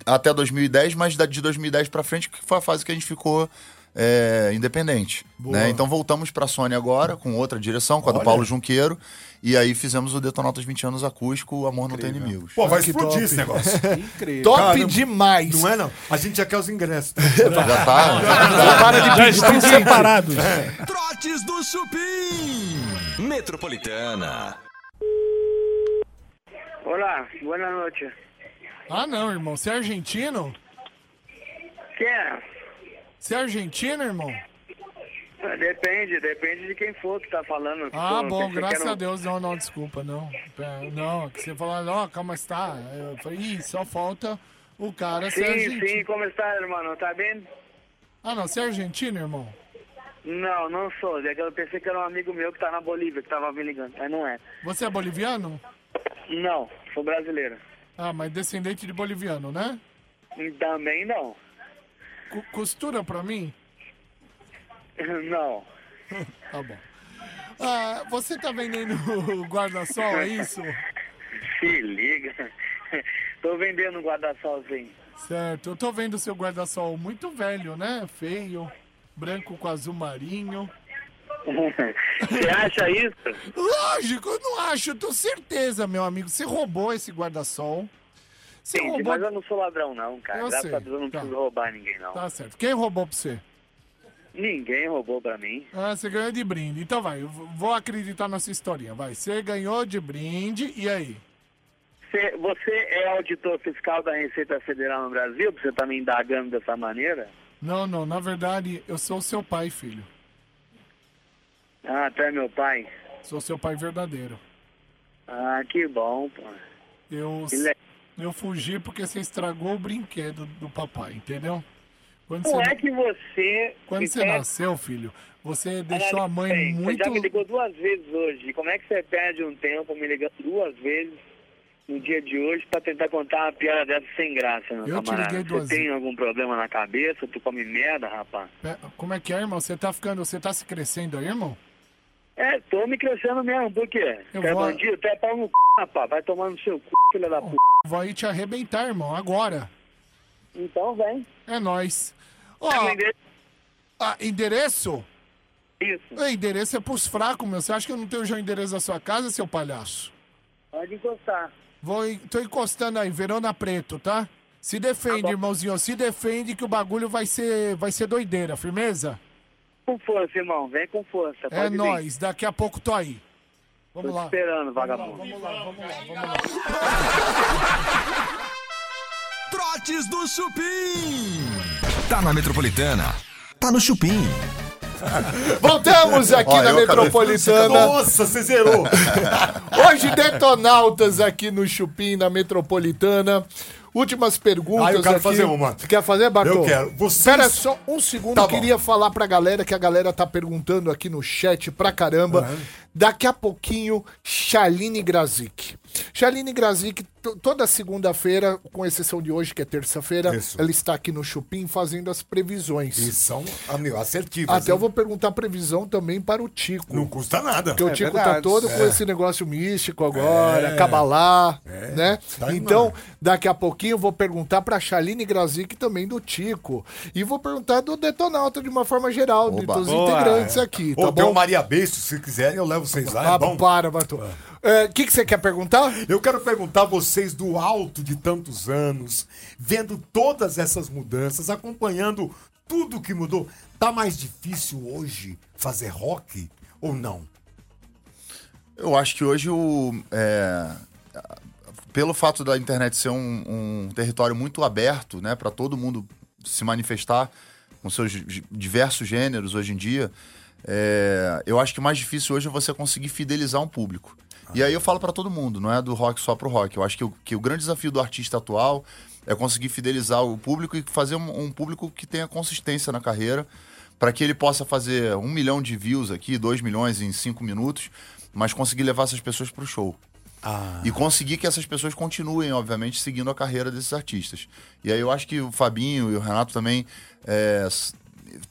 Speaker 6: até 2010, mas da- de 2010 para frente, que foi a fase que a gente ficou é, independente. né? Então voltamos para a Sony agora, com outra direção, com a do Paulo Junqueiro, e aí fizemos o Detonautas 20 anos acústico, Amor Não Tem Inimigos.
Speaker 4: Pô, vai
Speaker 9: que
Speaker 4: explodir
Speaker 9: top.
Speaker 4: esse negócio.
Speaker 10: Incrível.
Speaker 9: Top
Speaker 4: Caramba.
Speaker 9: demais!
Speaker 4: Não é, não? A gente já quer os
Speaker 3: (laughs)
Speaker 4: ingressos.
Speaker 6: Já tá?
Speaker 9: Para de
Speaker 3: Já estão separados.
Speaker 1: Trotes do Chupim. Metropolitana.
Speaker 8: Olá, boa noite.
Speaker 3: Ah, não, irmão. Você é argentino?
Speaker 8: Quem é?
Speaker 3: Você é argentino, irmão?
Speaker 8: Ah, Depende, depende de quem for que tá falando.
Speaker 3: Ah,
Speaker 8: Pô,
Speaker 3: bom,
Speaker 8: pensei que
Speaker 3: graças
Speaker 8: era um-
Speaker 3: a Deus. Não, não, desculpa, não. Pera, Não, que você falou, não, calma, está. Eu falei, Ih, só falta o cara ser
Speaker 8: Sim,
Speaker 3: argentino.
Speaker 8: sim, como está, irmão? Tá bem?
Speaker 3: Ah, não, você é argentino, irmão?
Speaker 8: Não, não sou. É que Eu pensei que era um amigo meu que tá na Bolívia, que tava me ligando, mas não é.
Speaker 3: Você é boliviano?
Speaker 8: Não, sou brasileiro.
Speaker 3: Ah, mas descendente de boliviano, né?
Speaker 8: Também não.
Speaker 3: Cu- costura pra mim?
Speaker 8: (laughs) Não.
Speaker 3: (laughs) Tá bom. Ah, você tá vendendo (laughs) o guarda-sol, é isso?
Speaker 8: Se liga. Tô vendendo um guarda-solzinho.
Speaker 3: Certo, eu tô vendo o seu guarda-sol muito velho, né? Feio, branco com azul marinho.
Speaker 8: (laughs) Você acha isso?
Speaker 3: Lógico, eu não acho, eu tenho certeza, meu amigo. Você roubou esse guarda-sol. Você
Speaker 8: Sim,
Speaker 3: roubou.
Speaker 8: mas eu não sou ladrão, não, cara.
Speaker 3: Eu
Speaker 8: Graças
Speaker 3: sei.
Speaker 8: a Deus eu não
Speaker 3: Tá.
Speaker 8: preciso roubar ninguém, não.
Speaker 3: Tá certo. Quem roubou pra você?
Speaker 8: Ninguém roubou pra mim.
Speaker 3: Ah, você ganhou de brinde. Então vai, eu v- vou acreditar nessa historinha. Vai, você ganhou de brinde, e aí?
Speaker 8: Você, você é auditor fiscal da Receita Federal no Brasil? Pra você tá me indagando dessa maneira?
Speaker 3: Não, não, na verdade, eu sou seu pai, filho.
Speaker 8: Ah, até meu pai.
Speaker 3: Sou seu pai verdadeiro.
Speaker 8: Ah, que bom, pô.
Speaker 3: Eu,
Speaker 8: Ele é-
Speaker 3: eu fugi porque você estragou o brinquedo do papai, entendeu? Quando
Speaker 8: Como é né?
Speaker 3: você,
Speaker 8: que você...
Speaker 3: quando
Speaker 8: me
Speaker 3: você
Speaker 8: pega-
Speaker 3: nasceu, filho, você
Speaker 8: Caralho,
Speaker 3: deixou a mãe
Speaker 8: bem, É Você
Speaker 3: muito.
Speaker 8: já me ligou duas vezes hoje. Como é que você perde um tempo me ligando duas vezes no dia de hoje pra tentar contar uma piada dessa sem graça, meu
Speaker 3: Eu te
Speaker 8: camarada?
Speaker 3: liguei duas
Speaker 8: você tem algum problema na cabeça? Tu come merda, rapaz?
Speaker 3: Pe- Como é que é, irmão? Você tá ficando. Você tá se crescendo aí, irmão?
Speaker 8: É, tô me crescendo mesmo, por quê?
Speaker 3: Eu
Speaker 8: Tu é
Speaker 3: vou-
Speaker 8: bandido? Tu é pau no c, rapaz. Vai tomar no seu c, filha da p.
Speaker 3: Vou aí te arrebentar, irmão, agora.
Speaker 8: Então vem.
Speaker 3: É nóis. Ó,
Speaker 8: Aprender
Speaker 3: ah, endereço?
Speaker 8: Isso.
Speaker 3: É, endereço é pros fracos, meu. Você acha que eu não tenho já o endereço da sua casa, seu palhaço?
Speaker 8: Pode encostar.
Speaker 3: Vou, en- tô encostando aí, Verona Preto, tá? Se defende, irmãozinho. Se defende que o bagulho vai ser, vai ser doideira, firmeza?
Speaker 8: Com força, irmão. Vem com força. Pode
Speaker 3: É
Speaker 8: vir.
Speaker 3: nóis, daqui a pouco tô aí.
Speaker 8: Tô
Speaker 3: Vamos
Speaker 8: te
Speaker 3: lá.
Speaker 8: esperando, vagabundo.
Speaker 1: Trotes do Chupim. Tá na Metropolitana. Tá no Chupim.
Speaker 9: Voltamos aqui
Speaker 6: Ó,
Speaker 9: na
Speaker 6: eu acabei
Speaker 9: Metropolitana.
Speaker 4: Nossa,
Speaker 3: (laughs)
Speaker 4: você zerou.
Speaker 9: Hoje, detonautas aqui no Chupim, na Metropolitana. Últimas perguntas.
Speaker 4: Ah, eu quero
Speaker 9: aqui.
Speaker 4: fazer uma.
Speaker 9: Você quer fazer, Bartô?
Speaker 4: Eu quero. Vocês-
Speaker 9: Espera só um segundo.
Speaker 4: Tá
Speaker 9: eu
Speaker 4: bom.
Speaker 9: queria falar pra galera que a galera tá perguntando aqui no chat pra caramba.
Speaker 3: Daqui a pouquinho, Shaline Grazik. Shaline Grazik, to- toda segunda-feira, com exceção de hoje, que é terça-feira,
Speaker 4: Isso.
Speaker 3: ela está aqui no Chupim fazendo as previsões.
Speaker 4: E são ah, meu, assertivas.
Speaker 3: Até
Speaker 4: hein?
Speaker 3: eu vou perguntar a previsão também para o Tico.
Speaker 4: Não custa nada. É.
Speaker 3: Porque o Tico tá
Speaker 5: verdade.
Speaker 3: todo com esse negócio místico agora, cabalá, né?
Speaker 4: tá
Speaker 3: então,
Speaker 4: animado.
Speaker 3: daqui a pouquinho eu vou perguntar pra Chaline Grazik também do Tico. E vou perguntar do Detonauta de uma forma geral, de
Speaker 6: Oba.
Speaker 3: dos
Speaker 5: Boa.
Speaker 3: integrantes aqui, tá
Speaker 4: Ou tem o
Speaker 3: bom?
Speaker 4: Maria Beijo, se quiserem, eu levo vocês lá.
Speaker 3: Ah,
Speaker 4: É bom.
Speaker 3: para, Bartô. O que, que você quer perguntar?
Speaker 4: Eu quero perguntar a vocês do alto de tantos anos, vendo todas essas mudanças, acompanhando tudo que mudou, tá mais difícil hoje fazer rock ou não?
Speaker 6: Eu acho que hoje o. é, a- pelo fato da internet ser um, um território muito aberto, né, para todo mundo se manifestar com seus gi- diversos gêneros hoje em dia, é, eu acho que o mais difícil hoje é você conseguir fidelizar um público. E aí eu falo para todo mundo, não é do rock só pro rock. Eu acho que o, que o grande desafio do artista atual é conseguir fidelizar o público e fazer um- um público que tenha consistência na carreira para que ele possa fazer um milhão de views aqui, dois milhões em cinco minutos, mas conseguir levar essas pessoas pro show. E conseguir que essas pessoas continuem, obviamente, seguindo a carreira desses artistas. E aí eu acho que o Fabinho e o Renato também é, s-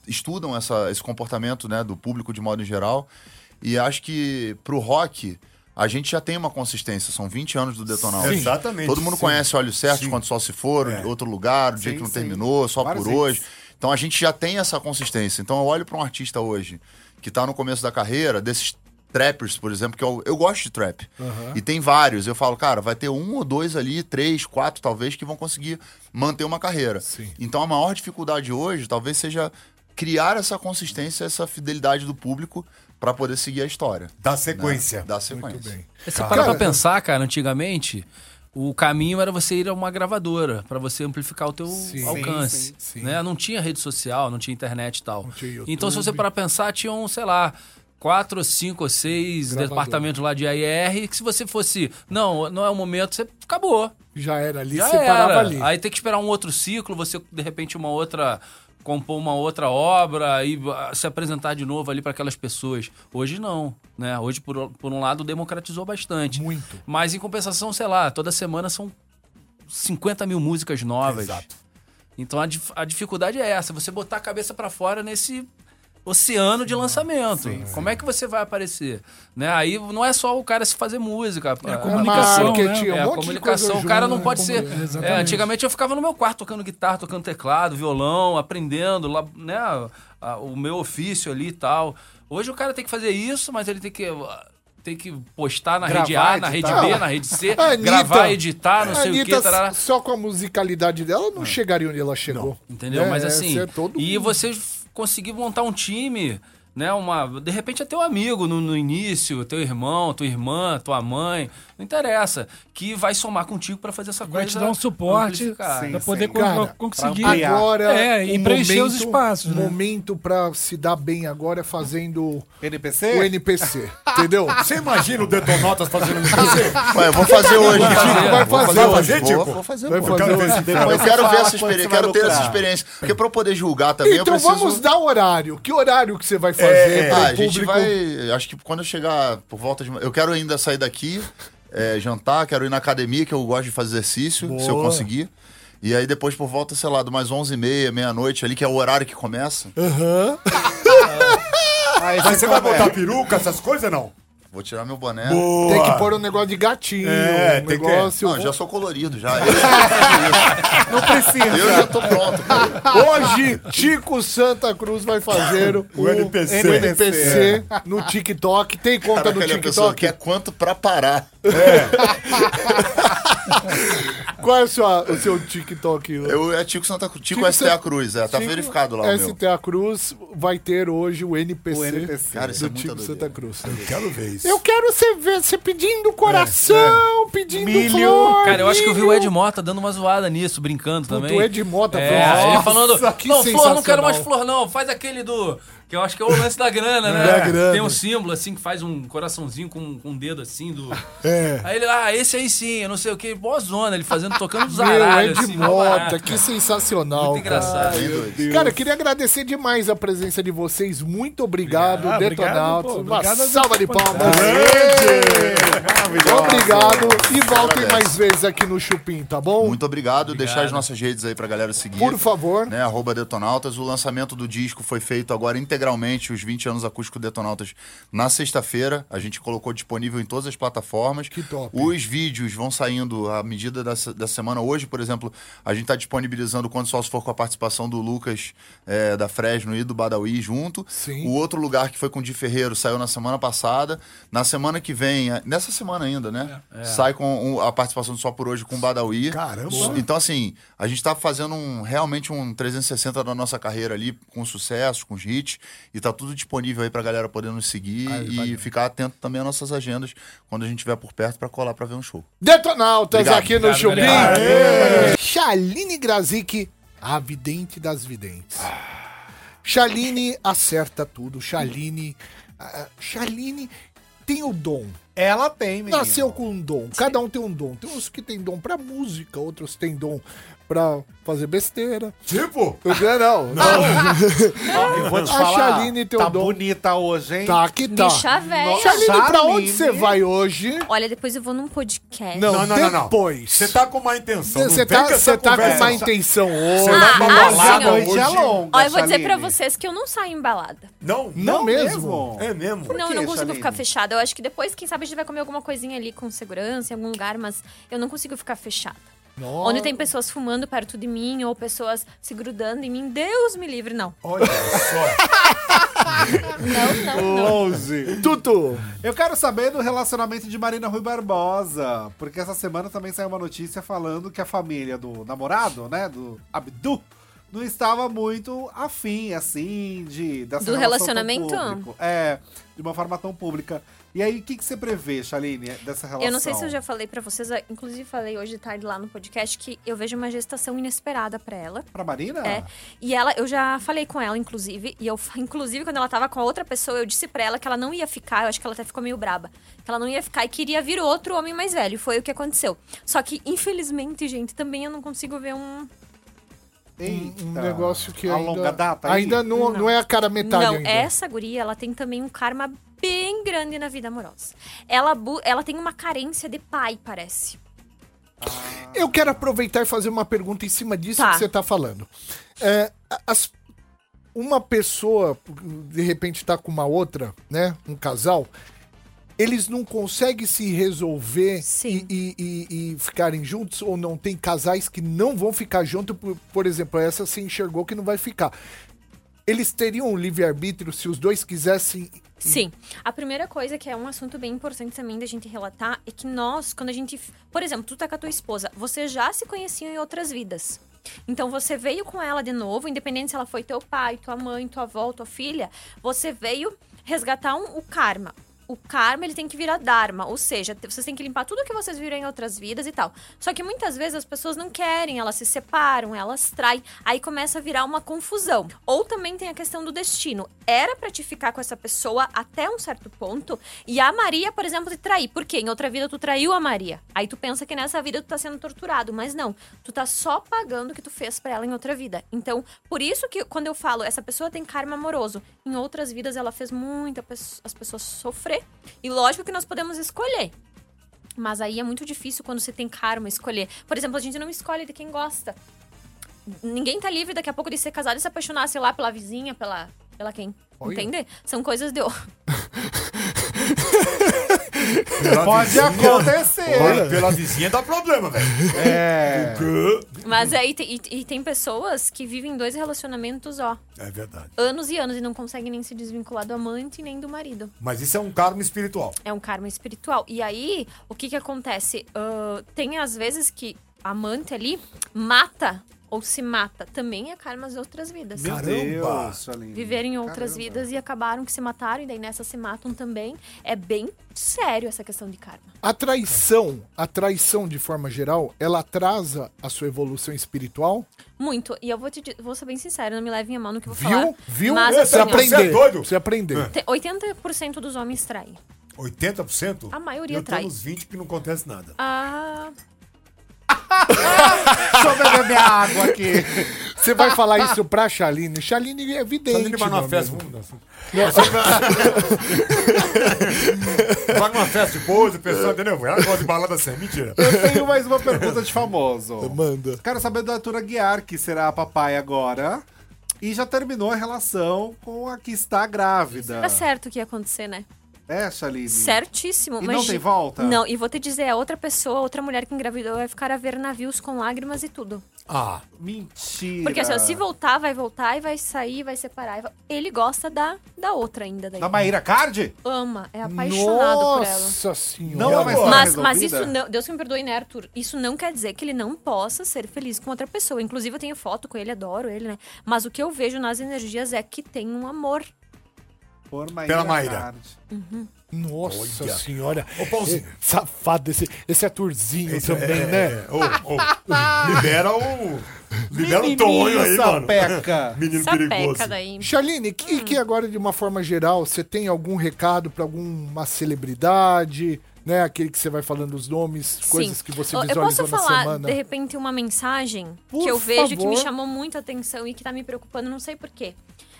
Speaker 6: estudam essa- esse comportamento né, do público de modo em geral. E acho que pro rock. A gente já tem uma consistência, são 20 anos do Detonal.
Speaker 4: Sim, exatamente,
Speaker 6: Todo mundo
Speaker 4: sim.
Speaker 6: conhece Olhos Certos,
Speaker 4: Sim.
Speaker 6: Quando Só Se For,
Speaker 4: É.
Speaker 6: Outro Lugar, O Dia
Speaker 5: Sim,
Speaker 6: Que Não
Speaker 5: sim.
Speaker 6: Terminou, Só
Speaker 5: Vários
Speaker 6: Por
Speaker 5: hits.
Speaker 6: Hoje. Então a gente já tem essa consistência. Então eu olho para um artista hoje que tá no começo da carreira, desses trappers, por exemplo, que eu, eu gosto de trap. E tem vários. Eu falo, cara, vai ter um ou dois ali, três, quatro talvez, que vão conseguir manter uma carreira. Então a maior dificuldade hoje talvez seja criar essa consistência, essa fidelidade do público para poder seguir a história.
Speaker 4: Dá sequência.
Speaker 6: Dá sequência.
Speaker 7: Você para pra pensar, cara, antigamente, o caminho era você ir a uma gravadora pra você amplificar o teu alcance. Né? Não tinha rede social, não tinha internet e tal. então, se você parar pra pensar, tinham, sei lá, quatro, ou cinco ou seis departamentos lá de AIR, que se você fosse, não, não é o momento, você acabou.
Speaker 3: Já era ali,
Speaker 7: Já
Speaker 3: você parava
Speaker 7: era.
Speaker 3: ali.
Speaker 7: Aí tem que esperar um outro ciclo, você, de repente, uma outra. Compor uma outra obra e ah, se apresentar de novo ali para aquelas pessoas. Hoje não, né? Hoje, por, por um lado, democratizou bastante.
Speaker 3: Muito.
Speaker 7: Mas em compensação, sei lá, toda semana são 50 mil músicas novas.
Speaker 4: Exato.
Speaker 7: Então a, dif- a dificuldade é essa, você botar a cabeça pra fora nesse oceano de lançamento. Como é que você vai aparecer? Né? Aí não é só o cara se fazer música. É a
Speaker 11: comunicação,
Speaker 3: marketing,
Speaker 7: né?
Speaker 3: é um
Speaker 7: É a
Speaker 3: monte de
Speaker 7: comunicação.
Speaker 3: coisa
Speaker 7: o cara
Speaker 3: junto,
Speaker 7: não
Speaker 3: né?
Speaker 7: pode ser.
Speaker 11: Comunica-
Speaker 7: é,
Speaker 11: Exatamente.
Speaker 7: antigamente eu ficava no meu quarto tocando guitarra, tocando teclado, violão, aprendendo lá, né, a- a- o meu ofício ali e tal. Hoje o cara tem que fazer isso, mas ele tem que. Tem que postar na
Speaker 5: Gravar,
Speaker 7: rede A, na rede
Speaker 5: editar.
Speaker 7: B, na rede C,
Speaker 3: (laughs) Anitta.
Speaker 7: gravar, editar, ah, não
Speaker 3: a
Speaker 7: sei o que.
Speaker 3: Anitta,
Speaker 7: Tarará. Ah.
Speaker 3: só com a musicalidade dela, não chegaria onde ela chegou.
Speaker 7: Entendeu?
Speaker 3: Né?
Speaker 7: Mas assim,
Speaker 3: Essa é todo
Speaker 7: e
Speaker 3: mundo.
Speaker 7: você f- conseguir montar um time, né? Uma, de repente é teu amigo no, no início, teu irmão, tua irmã, tua mãe, não interessa, que vai somar contigo pra fazer essa
Speaker 12: Vai
Speaker 7: coisa.
Speaker 12: te dar um suporte
Speaker 7: amplificar.
Speaker 12: pra poder
Speaker 5: sim.
Speaker 12: con-
Speaker 3: Cara,
Speaker 12: conseguir.
Speaker 5: pra ampliar.
Speaker 3: agora
Speaker 12: É, e
Speaker 3: um
Speaker 12: preencher os
Speaker 3: momento- um
Speaker 12: espaços, né?
Speaker 3: Momento pra se dar bem agora é fazendo
Speaker 5: NPC?
Speaker 3: o NPC,
Speaker 6: (laughs)
Speaker 3: entendeu?
Speaker 4: Você imagina o Detonautas fazendo isso com você?
Speaker 6: Ué, eu vou fazer hoje.
Speaker 3: Vai
Speaker 6: Vou
Speaker 3: fazer,
Speaker 4: vai
Speaker 6: hoje.
Speaker 4: fazer,
Speaker 6: Vou-
Speaker 4: Tico?
Speaker 6: Vou fazer,
Speaker 3: Vai
Speaker 6: pô.
Speaker 3: fazer
Speaker 4: quero ver
Speaker 3: hoje.
Speaker 4: esse filme.
Speaker 6: Eu
Speaker 5: Depois você
Speaker 6: quero ver
Speaker 5: fala
Speaker 6: essa
Speaker 5: quando você
Speaker 6: experiência,
Speaker 5: vai
Speaker 6: quero ter
Speaker 5: lucrar.
Speaker 6: essa experiência. Porque pra eu poder julgar também, eu
Speaker 3: Então
Speaker 6: preciso...
Speaker 3: vamos dar horário. Que horário que você vai
Speaker 6: É,
Speaker 3: fazer
Speaker 6: tá,
Speaker 3: para
Speaker 6: a
Speaker 3: o
Speaker 6: gente
Speaker 3: público?
Speaker 6: vai... Acho que quando eu chegar por volta de... Eu quero ainda sair daqui, é, jantar, quero ir na academia, que eu gosto de fazer exercício, se eu conseguir. E aí depois por volta, sei lá, do mais 11h30, meia-noite ali, que é o horário que começa.
Speaker 5: Aí
Speaker 4: Mas você vai
Speaker 5: fala,
Speaker 4: botar peruca, essas coisas não?
Speaker 6: Vou tirar meu boné.
Speaker 3: Tem que pôr um negócio de gatinho,
Speaker 4: É,
Speaker 3: um
Speaker 4: tem que-
Speaker 3: negócio.
Speaker 6: Não, eu já sou colorido, já. Eu,
Speaker 5: "É, Não precisa.
Speaker 6: eu já tô pronto, cara.
Speaker 3: Hoje, Tico Santa Cruz vai
Speaker 6: (laughs)
Speaker 3: fazer o,
Speaker 4: O NPC.
Speaker 3: NPC no TikTok. Tem conta
Speaker 6: Caraca,
Speaker 3: no
Speaker 6: ali a é. pessoa é-
Speaker 3: TikTok?
Speaker 6: quer quanto pra parar.
Speaker 3: Qual é a sua- o seu TikTok?
Speaker 6: Eu, é Tico Santa Cruz. Tico,
Speaker 3: Tico
Speaker 6: STA
Speaker 3: San-
Speaker 6: Cruz, é. Tá
Speaker 3: Tico
Speaker 6: verificado lá o meu.
Speaker 3: STA Cruz vai ter hoje o NPC,
Speaker 5: O NPC.
Speaker 6: Cara, isso é
Speaker 3: do
Speaker 6: muita
Speaker 3: Tico
Speaker 6: doideira.
Speaker 3: Santa Cruz.
Speaker 4: Quero ver isso.
Speaker 3: Eu quero você ver você pedindo coração, pedindo
Speaker 5: Milho.
Speaker 3: flor,
Speaker 7: É, Cara, eu acho que eu vi o
Speaker 3: milho.
Speaker 7: Ed Mota dando uma zoada nisso, brincando
Speaker 3: Puta,
Speaker 7: também.
Speaker 3: o Ed Mota,
Speaker 7: É,
Speaker 3: nossa,
Speaker 7: ele falando,
Speaker 3: que
Speaker 7: não, flor, não quero
Speaker 3: sensacional."
Speaker 7: mais flor, não. Faz aquele do Que eu acho que é o lance da grana, né?
Speaker 4: Da grana.
Speaker 7: Tem um símbolo assim que faz um coraçãozinho com, com um dedo assim do.
Speaker 4: É.
Speaker 7: Aí ele, ah, esse aí sim, eu não sei o que. Boa zona, ele fazendo, tocando os
Speaker 3: (laughs) Meu,
Speaker 7: aralhos.
Speaker 3: Ed
Speaker 7: assim, mó
Speaker 3: Mota,
Speaker 7: barato.
Speaker 3: que sensacional.
Speaker 7: Muito
Speaker 3: cara.
Speaker 7: engraçado.
Speaker 6: Bem doido.
Speaker 3: Cara, eu queria agradecer demais a presença de vocês. Muito obrigado,
Speaker 12: Ah, obrigado,
Speaker 3: Detonautas.
Speaker 12: pô,
Speaker 3: Uma
Speaker 12: obrigado a
Speaker 3: salva de
Speaker 12: gente por
Speaker 3: palmas. Obrigado. E voltem mais vezes aqui no Chupim, tá bom?
Speaker 6: Muito obrigado. Deixar as nossas redes aí pra galera seguir.
Speaker 3: Por favor.
Speaker 6: Né, arroba Detonautas. O lançamento do disco foi feito agora integralmente, os 20 anos acústico Detonautas, na sexta-feira. A gente colocou disponível em todas as plataformas.
Speaker 3: Que top.
Speaker 6: Os vídeos vão saindo à medida da, se- da semana. Hoje, por exemplo, a gente está disponibilizando quando só se for com a participação do Lucas é, da Fresno e do Badawi junto.
Speaker 3: Sim.
Speaker 6: O outro lugar que foi com o Di Ferreiro saiu na semana passada. Na semana que vem, é, nessa semana ainda, né? Sai com o- a participação do Só por Hoje com o Badawi.
Speaker 4: Caramba.
Speaker 6: Su- Então, assim, a gente tá fazendo um, realmente um 360 da nossa carreira ali, com sucesso, com os hits, e tá tudo disponível aí pra galera poder nos seguir e ficar atento também às nossas agendas quando a gente estiver por perto pra colar pra ver um show.
Speaker 3: Detonautas
Speaker 6: Obrigado.
Speaker 3: aqui no
Speaker 7: Obrigado,
Speaker 3: Chupim.
Speaker 7: galera.
Speaker 3: Aê! Shaline Grazik, a vidente das videntes. Shaline acerta tudo. Shaline. ah, Shaline tem o dom.
Speaker 5: Ela tem, menino.
Speaker 3: Nasceu com um dom. Cada um tem um dom. Tem uns que tem dom pra música, outros têm dom pra fazer besteira. Ah,
Speaker 4: Tipo,
Speaker 3: Não, não. (laughs)
Speaker 5: Ah, Eu vou te
Speaker 3: A
Speaker 5: falar,
Speaker 3: Shaline tem o
Speaker 5: tá
Speaker 3: dom.
Speaker 5: bonita hoje, hein?
Speaker 3: Tá, que tá.
Speaker 13: Bicha velha.
Speaker 3: Shaline, pra onde
Speaker 5: Shaline.
Speaker 3: você vai hoje?
Speaker 13: Olha, depois eu vou num podcast.
Speaker 3: Não,
Speaker 4: não, não, não, não.
Speaker 3: depois.
Speaker 4: você tá com má intenção.
Speaker 3: Você
Speaker 4: não
Speaker 3: tá,
Speaker 4: vem com essa
Speaker 3: você tá com
Speaker 4: conversa. tá
Speaker 3: má intenção hoje.
Speaker 4: Você vai pra
Speaker 13: Ah, ah,
Speaker 5: Lá a
Speaker 4: balada
Speaker 13: senhor.
Speaker 5: noite
Speaker 4: hoje.
Speaker 5: é longa,
Speaker 13: Ó, eu vou dizer
Speaker 5: Shaline.
Speaker 13: pra vocês que eu não saio embalada.
Speaker 4: Não,
Speaker 3: Não, mesmo.
Speaker 5: mesmo?
Speaker 4: É mesmo.
Speaker 13: Não,
Speaker 5: quê,
Speaker 13: eu não consigo
Speaker 5: Shaline?
Speaker 13: ficar fechada. Eu acho que depois, quem sabe, a gente vai comer alguma coisinha ali com segurança, em algum lugar, mas eu não consigo ficar fechada. Onde tem pessoas fumando perto de mim ou pessoas se grudando em mim, Deus me livre, não.
Speaker 4: Olha só.
Speaker 13: (laughs) Não, não, não.
Speaker 5: Longe.
Speaker 3: Tutu.
Speaker 5: Eu quero saber do relacionamento de Marina Rui Barbosa, porque essa semana também saiu uma notícia falando que a família do namorado, né, do Abdu, não estava muito afim, assim, de dessa
Speaker 13: Do
Speaker 5: relação tão
Speaker 13: relacionamento?
Speaker 5: público. É, de uma forma tão pública. E aí, o que, que você prevê, Shaline, dessa relação?
Speaker 13: Eu não sei se eu já falei pra vocês, inclusive falei hoje de tarde lá no podcast, que eu vejo uma gestação inesperada pra ela.
Speaker 5: Pra Marina?
Speaker 13: É. E ela, eu já falei com ela, inclusive. E eu, fa- inclusive, quando ela tava com a outra pessoa, eu disse pra ela que ela não ia ficar. Eu acho que ela até ficou meio braba. Que ela não ia ficar e queria vir outro homem mais velho. Foi o que aconteceu. Só que, infelizmente, gente, também eu não consigo ver um.
Speaker 5: Eita.
Speaker 13: Tá.
Speaker 3: Um negócio que
Speaker 5: A
Speaker 3: ainda,
Speaker 5: longa data aí? (laughs)
Speaker 3: ainda não, não é a cara metade
Speaker 13: não,
Speaker 3: ainda.
Speaker 13: essa guria, ela tem também um karma bem grande na vida amorosa. Ela, bu- ela tem uma carência de pai, parece.
Speaker 3: Eu quero aproveitar e fazer uma pergunta em cima disso
Speaker 13: Tá.
Speaker 3: que você tá falando. É, as- uma pessoa, de repente, tá com uma outra, né? Um casal. Eles não conseguem se resolver
Speaker 13: Sim.
Speaker 3: E, e- e- e ficarem juntos, ou não tem casais que não vão ficar juntos, por, por exemplo, essa se enxergou que não vai ficar. Eles teriam um livre-arbítrio se os dois quisessem.
Speaker 13: Sim. A primeira coisa que é um assunto bem importante também da gente relatar é que nós, quando a gente. Por exemplo, tu tá com a tua esposa, você já se conhecia em outras vidas. Então você veio com ela de novo, independente se ela foi teu pai, tua mãe, tua avó, tua filha, você veio resgatar um- o karma. O karma ele tem que virar dharma, ou seja, te- vocês têm que limpar tudo que vocês viram em outras vidas e tal. Só que muitas vezes as pessoas não querem, elas se separam, elas traem, aí começa a virar uma confusão. Ou também tem a questão do destino. Era pra te ficar com essa pessoa até um certo ponto e a Maria, por exemplo, te trair. Por quê? Em outra vida tu traiu a Maria. Aí tu pensa que nessa vida tu tá sendo torturado, mas não. Tu tá só pagando o que tu fez pra ela em outra vida. Então, por isso que quando eu falo, essa pessoa tem karma amoroso. Em outras vidas ela fez muita pesso- as pessoas sofrer. E lógico que nós podemos escolher. Mas aí é muito difícil quando você tem karma escolher. Por exemplo, a gente não escolhe de quem gosta. Ninguém tá livre daqui a pouco de ser casado e se apaixonar, sei lá, pela vizinha, pela. pela quem? Entende? São coisas de. (laughs)
Speaker 5: Pode acontecer.
Speaker 4: Olha, pela vizinha dá problema, velho.
Speaker 5: É.
Speaker 13: Mas aí tem- e, e tem pessoas que vivem dois relacionamentos, ó,
Speaker 4: É verdade.
Speaker 13: anos e anos e não conseguem nem se desvincular do amante nem do marido.
Speaker 4: Mas isso é um karma espiritual.
Speaker 13: É um karma espiritual. E aí, Ah, o que que acontece? Ahn, tem às vezes que a amante ali mata
Speaker 7: ou se mata, também é karma de outras vidas.
Speaker 5: Meu
Speaker 4: Caramba!
Speaker 5: Deus, Aline.
Speaker 7: Viveram em outras
Speaker 5: Caramba.
Speaker 7: vidas e acabaram que se mataram, e daí nessa se matam também. É bem sério essa questão de karma.
Speaker 3: A traição, a traição de forma geral, ela atrasa a sua evolução espiritual?
Speaker 7: Muito. E eu vou te di- vou ser bem sincera, não me levem a mão no que eu vou falar.
Speaker 3: Viu? Viu?
Speaker 7: Mas,
Speaker 4: Você
Speaker 7: assim, ó,
Speaker 4: aprende-
Speaker 3: aprender.
Speaker 4: Você é doido?
Speaker 3: Precisa aprender.
Speaker 7: te- 80% dos homens traem.
Speaker 4: 80%?
Speaker 7: A maioria
Speaker 4: Eu tô
Speaker 7: trai.
Speaker 4: nos 20 que não acontece nada.
Speaker 7: Ah,
Speaker 5: Deixa eu beber minha água aqui.
Speaker 3: Você vai
Speaker 13: (laughs)
Speaker 3: falar isso pra Chaline? Chaline é evidente.
Speaker 4: Só ele vai numa
Speaker 3: meu
Speaker 4: festa,
Speaker 3: amigo.
Speaker 4: vamos dançar. (laughs) Vai numa festa de boa, o pessoal, entendeu? Ela gosta de balada assim, é mentira.
Speaker 5: Eu tenho mais uma pergunta de famoso.
Speaker 3: Manda.
Speaker 5: Quero saber da Arthur Guiar, que será a papai agora. E já terminou a relação com a que está grávida.
Speaker 7: era certo o que ia acontecer, né?
Speaker 5: É, Shaline?
Speaker 7: Certíssimo.
Speaker 5: E
Speaker 7: mas
Speaker 5: não tem volta?
Speaker 7: Não, e vou te dizer, a outra pessoa, a outra mulher que engravidou vai ficar a ver navios com lágrimas e tudo.
Speaker 4: Ah,
Speaker 5: Mentira.
Speaker 7: Porque assim, ó, se voltar, vai voltar e vai sair, vai separar. e vai- Ele gosta da, da outra ainda daí.
Speaker 5: Da Maíra Card?
Speaker 7: Ama, é apaixonado por ela.
Speaker 3: Nossa senhora.
Speaker 5: Não, é uma história
Speaker 7: Mas, mas
Speaker 5: resolvida?
Speaker 7: isso não. Deus que me perdoe, né, Arthur? Isso não quer dizer que ele não possa ser feliz com outra pessoa. Inclusive, eu tenho foto com ele, adoro ele, né? Mas o que eu vejo nas energias é que tem um amor.
Speaker 5: Por
Speaker 4: Pela Maíra.
Speaker 5: Card.
Speaker 3: Nossa senhora.
Speaker 4: Ô, Paulzinho.
Speaker 3: É, safado, esse, esse atorzinho
Speaker 4: Esse
Speaker 3: também,
Speaker 4: é-
Speaker 3: né?
Speaker 4: Ô, ô, libera o. Libera o Tonho aí, mano.
Speaker 5: sapeca.
Speaker 4: (laughs) Menino perigoso.
Speaker 7: Sapeca daí.
Speaker 3: Chaline, que, que agora, de uma forma geral, você tem algum recado pra alguma celebridade, né? Aquele que você vai falando os nomes, coisas que você
Speaker 7: Eu- Eu
Speaker 3: visualizou
Speaker 7: posso
Speaker 3: na
Speaker 7: falar,
Speaker 3: semana.
Speaker 7: de repente, uma mensagem
Speaker 3: Por
Speaker 7: que eu vejo que me
Speaker 3: favor.
Speaker 7: chamou muita atenção e que tá me preocupando, não sei porquê.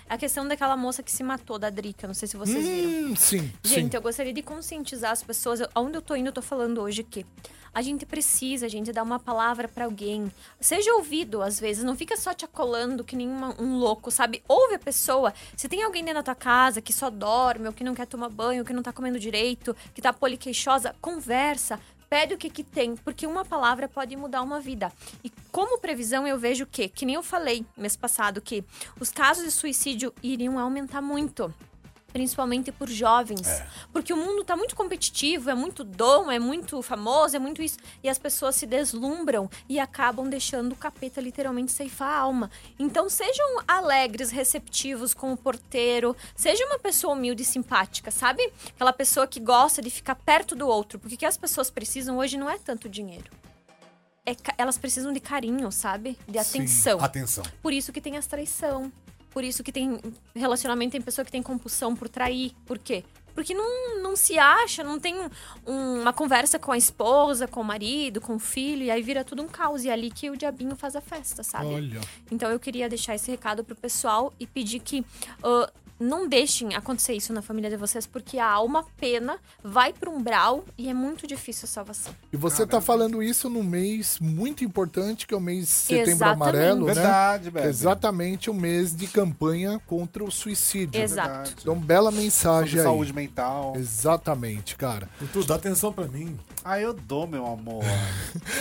Speaker 7: A questão daquela moça que se matou, da Drica, não sei se vocês viram.
Speaker 3: Hum, sim, sim.
Speaker 7: Gente, eu gostaria de conscientizar as pessoas. Eu- Aonde eu tô indo, eu tô falando hoje que a gente precisa, gente, dar uma palavra pra alguém. Seja ouvido, às vezes. Não fica só te acolando que nem uma- um louco, sabe? Ouve a pessoa. Se tem alguém dentro da tua casa que só dorme, ou que não quer tomar banho, que não tá comendo direito, que tá poliqueixosa, conversa. Pede o que que tem, porque uma palavra pode mudar uma vida. E como previsão, eu vejo que, que nem eu falei mês passado, que os casos de suicídio iriam aumentar muito principalmente por jovens. Porque o mundo tá muito competitivo, é muito dom, é muito famoso, é muito isso. E as pessoas se deslumbram e acabam deixando o capeta literalmente ceifar a alma. Então sejam alegres, receptivos com o porteiro, seja uma pessoa humilde e simpática, sabe? Aquela pessoa que gosta de ficar perto do outro. Porque o que as pessoas precisam hoje não é tanto dinheiro. É ca- elas precisam de carinho, sabe? De atenção.
Speaker 4: Atenção.
Speaker 7: Por isso que tem as traição. Por isso que tem relacionamento, tem pessoa que tem compulsão por trair. Por quê? Porque não, não se acha, não tem um- uma conversa com a esposa, com o marido, com o filho, e aí vira tudo um caos. E é ali que o diabinho faz a festa, sabe?
Speaker 3: Olha.
Speaker 7: Então eu queria deixar esse recado pro pessoal e pedir que ah, não deixem acontecer isso na família de vocês, porque a alma pena vai pro umbral e é muito difícil a salvação.
Speaker 3: E você tá falando isso num mês muito importante, que é o mês de setembro
Speaker 7: Exatamente.
Speaker 3: amarelo, né?
Speaker 5: Verdade, Bebe.
Speaker 3: Exatamente o mês de campanha contra o suicídio.
Speaker 7: Exato.
Speaker 3: Então, bela
Speaker 5: Sobre
Speaker 4: é
Speaker 3: mensagem aí.
Speaker 5: saúde mental.
Speaker 3: Exatamente, cara.
Speaker 4: Tu dá atenção pra mim.
Speaker 5: Ah, eu dou, meu amor.
Speaker 4: É.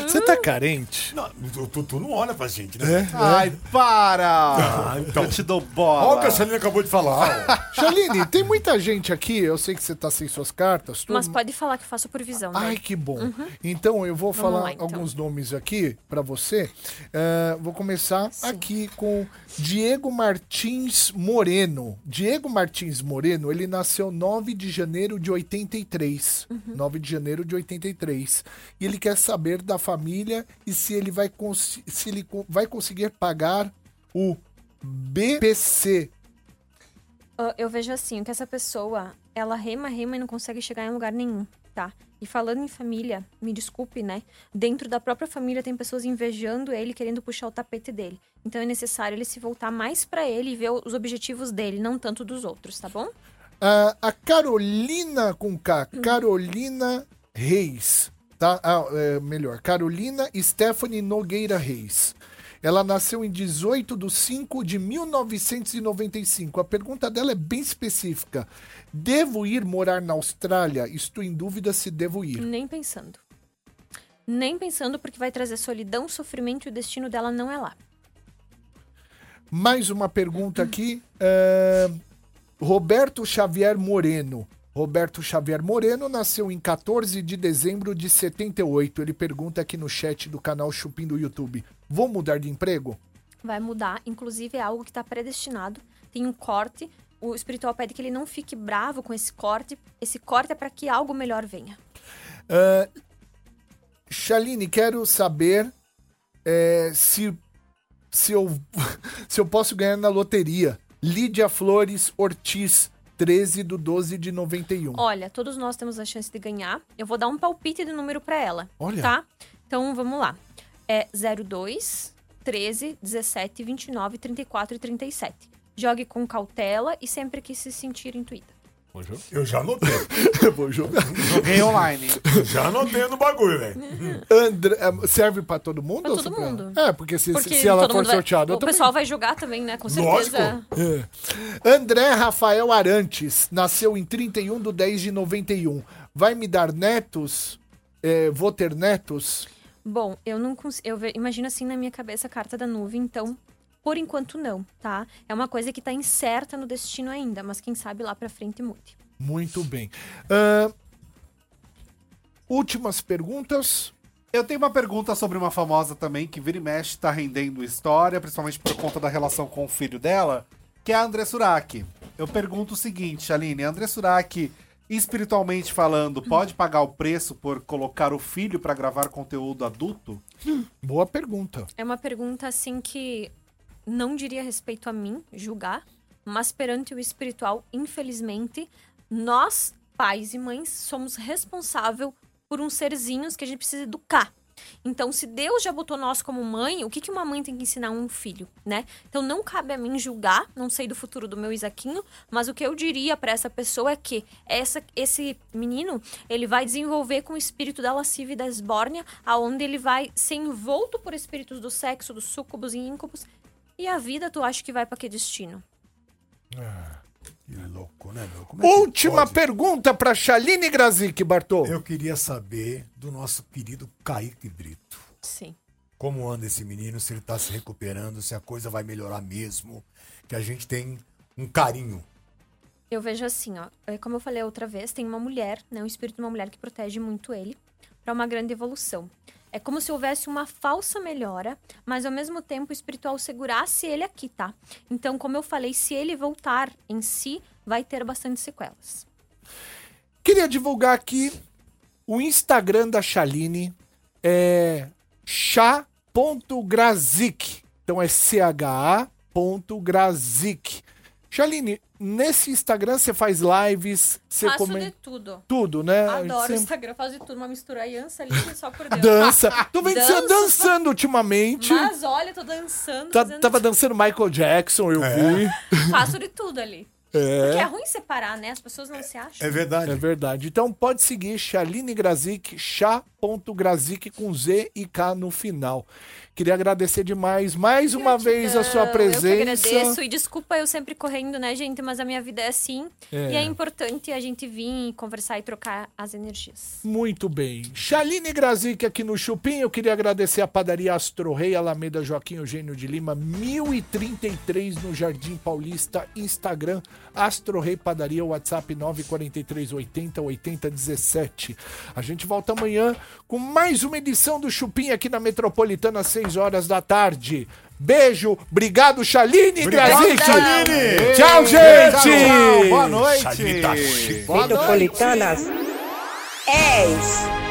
Speaker 7: Hum.
Speaker 3: Você tá carente?
Speaker 4: Não, tu, tu- tu não olha pra gente, né?
Speaker 3: É?
Speaker 5: Ai, para!
Speaker 4: Ah, então.
Speaker 5: Eu te dou
Speaker 4: Olha o
Speaker 5: bola.
Speaker 4: que a Celina acabou de falar.
Speaker 3: (laughs) Chaline, tem muita gente aqui, eu sei que você tá sem suas cartas. tu-
Speaker 7: Mas pode falar que eu faço por visão, né?
Speaker 3: Ai, que bom. Então, eu vou falar
Speaker 7: lá, então.
Speaker 3: alguns nomes aqui pra você. É, vou começar aqui com Diego Martins Moreno. Diego Martins Moreno, ele nasceu 9 de janeiro de 83.
Speaker 7: Uhum.
Speaker 3: 9 de janeiro de 83. E ele quer saber da família e se ele vai, cons- se ele co- vai conseguir pagar o BPC.
Speaker 7: Ah, Eu vejo assim, que essa pessoa, ela rema, rema e não consegue chegar em lugar nenhum, tá? E falando em família, me desculpe, né? Dentro da própria família tem pessoas invejando ele, querendo puxar o tapete dele. Então é necessário ele se voltar mais pra ele e ver os objetivos dele, não tanto dos outros, tá bom?
Speaker 3: A, Ah, a Carolina com K, Carolina Reis, tá? Ah, é, melhor, Carolina Stephanie Nogueira Reis. Ela nasceu em 18 de 5 de 1995. A pergunta dela é bem específica. Devo ir morar na Austrália? Estou em dúvida se devo ir.
Speaker 7: Nem pensando. Nem pensando porque vai trazer solidão, sofrimento e o destino dela não é lá.
Speaker 3: Mais uma pergunta aqui. é, Roberto Xavier Moreno. Roberto Xavier Moreno nasceu em 14 de dezembro de 78. Ele pergunta aqui no chat do canal Chupim do YouTube: Vou mudar de emprego?
Speaker 13: vai mudar. Inclusive, é algo que
Speaker 7: tá
Speaker 13: está predestinado. Tem um corte. O espiritual pede que ele não fique bravo com esse corte. Esse corte é para que algo melhor venha.
Speaker 3: Ah, Shaline, quero saber é, se, se, eu, (laughs) se eu posso ganhar na loteria. Lídia Flores Ortiz, 13 do 12 de 91.
Speaker 13: Olha, todos nós temos a chance de ganhar. Eu vou dar um palpite de número para ela.
Speaker 3: Olha.
Speaker 13: Tá? Então vamos lá. É 02, 13, 17, 29, 34 e 37. Jogue com cautela e sempre que se sentir intuída.
Speaker 4: Eu já
Speaker 5: (laughs)
Speaker 4: anotei.
Speaker 3: Eu vou jogar.
Speaker 5: Joguei online.
Speaker 4: Já anotei no bagulho, velho.
Speaker 3: André, é, serve pra todo mundo?
Speaker 13: Pra
Speaker 3: ou
Speaker 13: todo
Speaker 3: só pra ela?
Speaker 13: mundo.
Speaker 3: É, porque se,
Speaker 13: Porque
Speaker 3: se ela
Speaker 13: todo
Speaker 3: for
Speaker 13: mundo vai-
Speaker 3: sorteada, eu
Speaker 13: O
Speaker 3: também. É.
Speaker 13: pessoal vai jogar também, né? Com
Speaker 4: Lógico.
Speaker 13: certeza.
Speaker 3: André Rafael Arantes, nasceu em 31 de 10 de 91. Vai me dar netos? É, vou ter netos?
Speaker 13: Bom, eu não consigo. Eu ve- imagino assim na minha cabeça a carta da nuvem, então, por enquanto não, tá? É uma coisa que tá incerta no destino ainda, mas quem sabe lá pra frente mude.
Speaker 3: Muito bem. Ahn, últimas perguntas.
Speaker 5: Eu tenho uma pergunta sobre uma famosa também que vira e mexe tá rendendo história, principalmente por conta da relação com o filho dela, que é a André Surak. Eu pergunto o seguinte, Aline, a André Surak, espiritualmente falando, pode pagar o preço por colocar o filho pra gravar conteúdo adulto?
Speaker 3: Boa pergunta.
Speaker 13: É uma pergunta assim que não diria respeito a mim julgar, mas perante o espiritual, infelizmente, nós, pais e mães, somos responsável por uns serzinhos que a gente precisa educar. Então, se Deus já botou nós como mãe, o que, que uma mãe tem que ensinar um filho, né? Então, não cabe a mim julgar, não sei do futuro do meu Isaquinho, mas o que eu diria pra essa pessoa é que essa, esse menino, ele vai desenvolver com o espírito da lascivia e da esbórnia, aonde ele vai ser envolto por espíritos do sexo, dos súcubos e íncubos, e a vida tu acha que vai pra que destino?
Speaker 4: Que louco, né, meu? Como é que
Speaker 3: Última
Speaker 4: pode?
Speaker 3: pergunta pra Shaline Grazik, Bartô.
Speaker 4: Eu queria saber do nosso querido Kaique Brito.
Speaker 13: Sim.
Speaker 4: Como anda esse menino, se ele tá se recuperando, se a coisa vai melhorar mesmo. Que a gente tem um carinho.
Speaker 13: Eu vejo assim, ó. é, Como eu falei outra vez, tem uma mulher, né? Um espírito de uma mulher que protege muito ele para uma grande evolução. É como se houvesse uma falsa melhora, mas ao mesmo tempo o espiritual segurasse ele aqui, tá? Então, como eu falei, se ele voltar em si, vai ter bastante sequelas.
Speaker 3: Queria divulgar aqui o Instagram da Shaline. É chá.grazik. Então é CHA.grazik. Shaline, nesse Instagram você faz lives, você
Speaker 13: Faço de
Speaker 3: comenta
Speaker 13: tudo.
Speaker 3: tudo, né?
Speaker 13: Adoro o
Speaker 3: Sempre
Speaker 13: Instagram, faço de tudo. Uma mistura
Speaker 3: (laughs)
Speaker 13: aí, ansa ali, só por Deus.
Speaker 3: Dança. Tô vendo você
Speaker 13: Dança.
Speaker 3: dançando ultimamente.
Speaker 13: Mas olha, tô dançando.
Speaker 3: Tá-
Speaker 13: fazendo
Speaker 3: tava dançando Michael Jackson, eu vi.
Speaker 13: Faço de tudo ali. Porque é ruim separar, né? As pessoas não se acham.
Speaker 4: verdade.
Speaker 3: É verdade. Então pode seguir Shaline Grazik, chá.grazik com Z e K no final. Queria agradecer demais mais uma vez a sua presença.
Speaker 13: Eu que agradeço e desculpa eu sempre correndo, né, gente? Mas a minha vida é assim. E é importante a gente vir e conversar e trocar as energias.
Speaker 3: Muito bem. Shaline Grazik aqui no Chupim. Eu queria agradecer a padaria Astro Rei, Alameda Joaquim Eugênio de Lima, 1033 no Jardim Paulista, Instagram, Astro Rei Padaria, WhatsApp 943808017. A gente volta amanhã com mais uma edição do Chupim aqui na Metropolitana, às 6 horas da tarde. Beijo, obrigado, Shaline Grazik. Tchau, gente!
Speaker 5: Tchau, boa noite!
Speaker 4: Shaline tá chique.
Speaker 5: Boa noite!
Speaker 12: Metropolitanas. És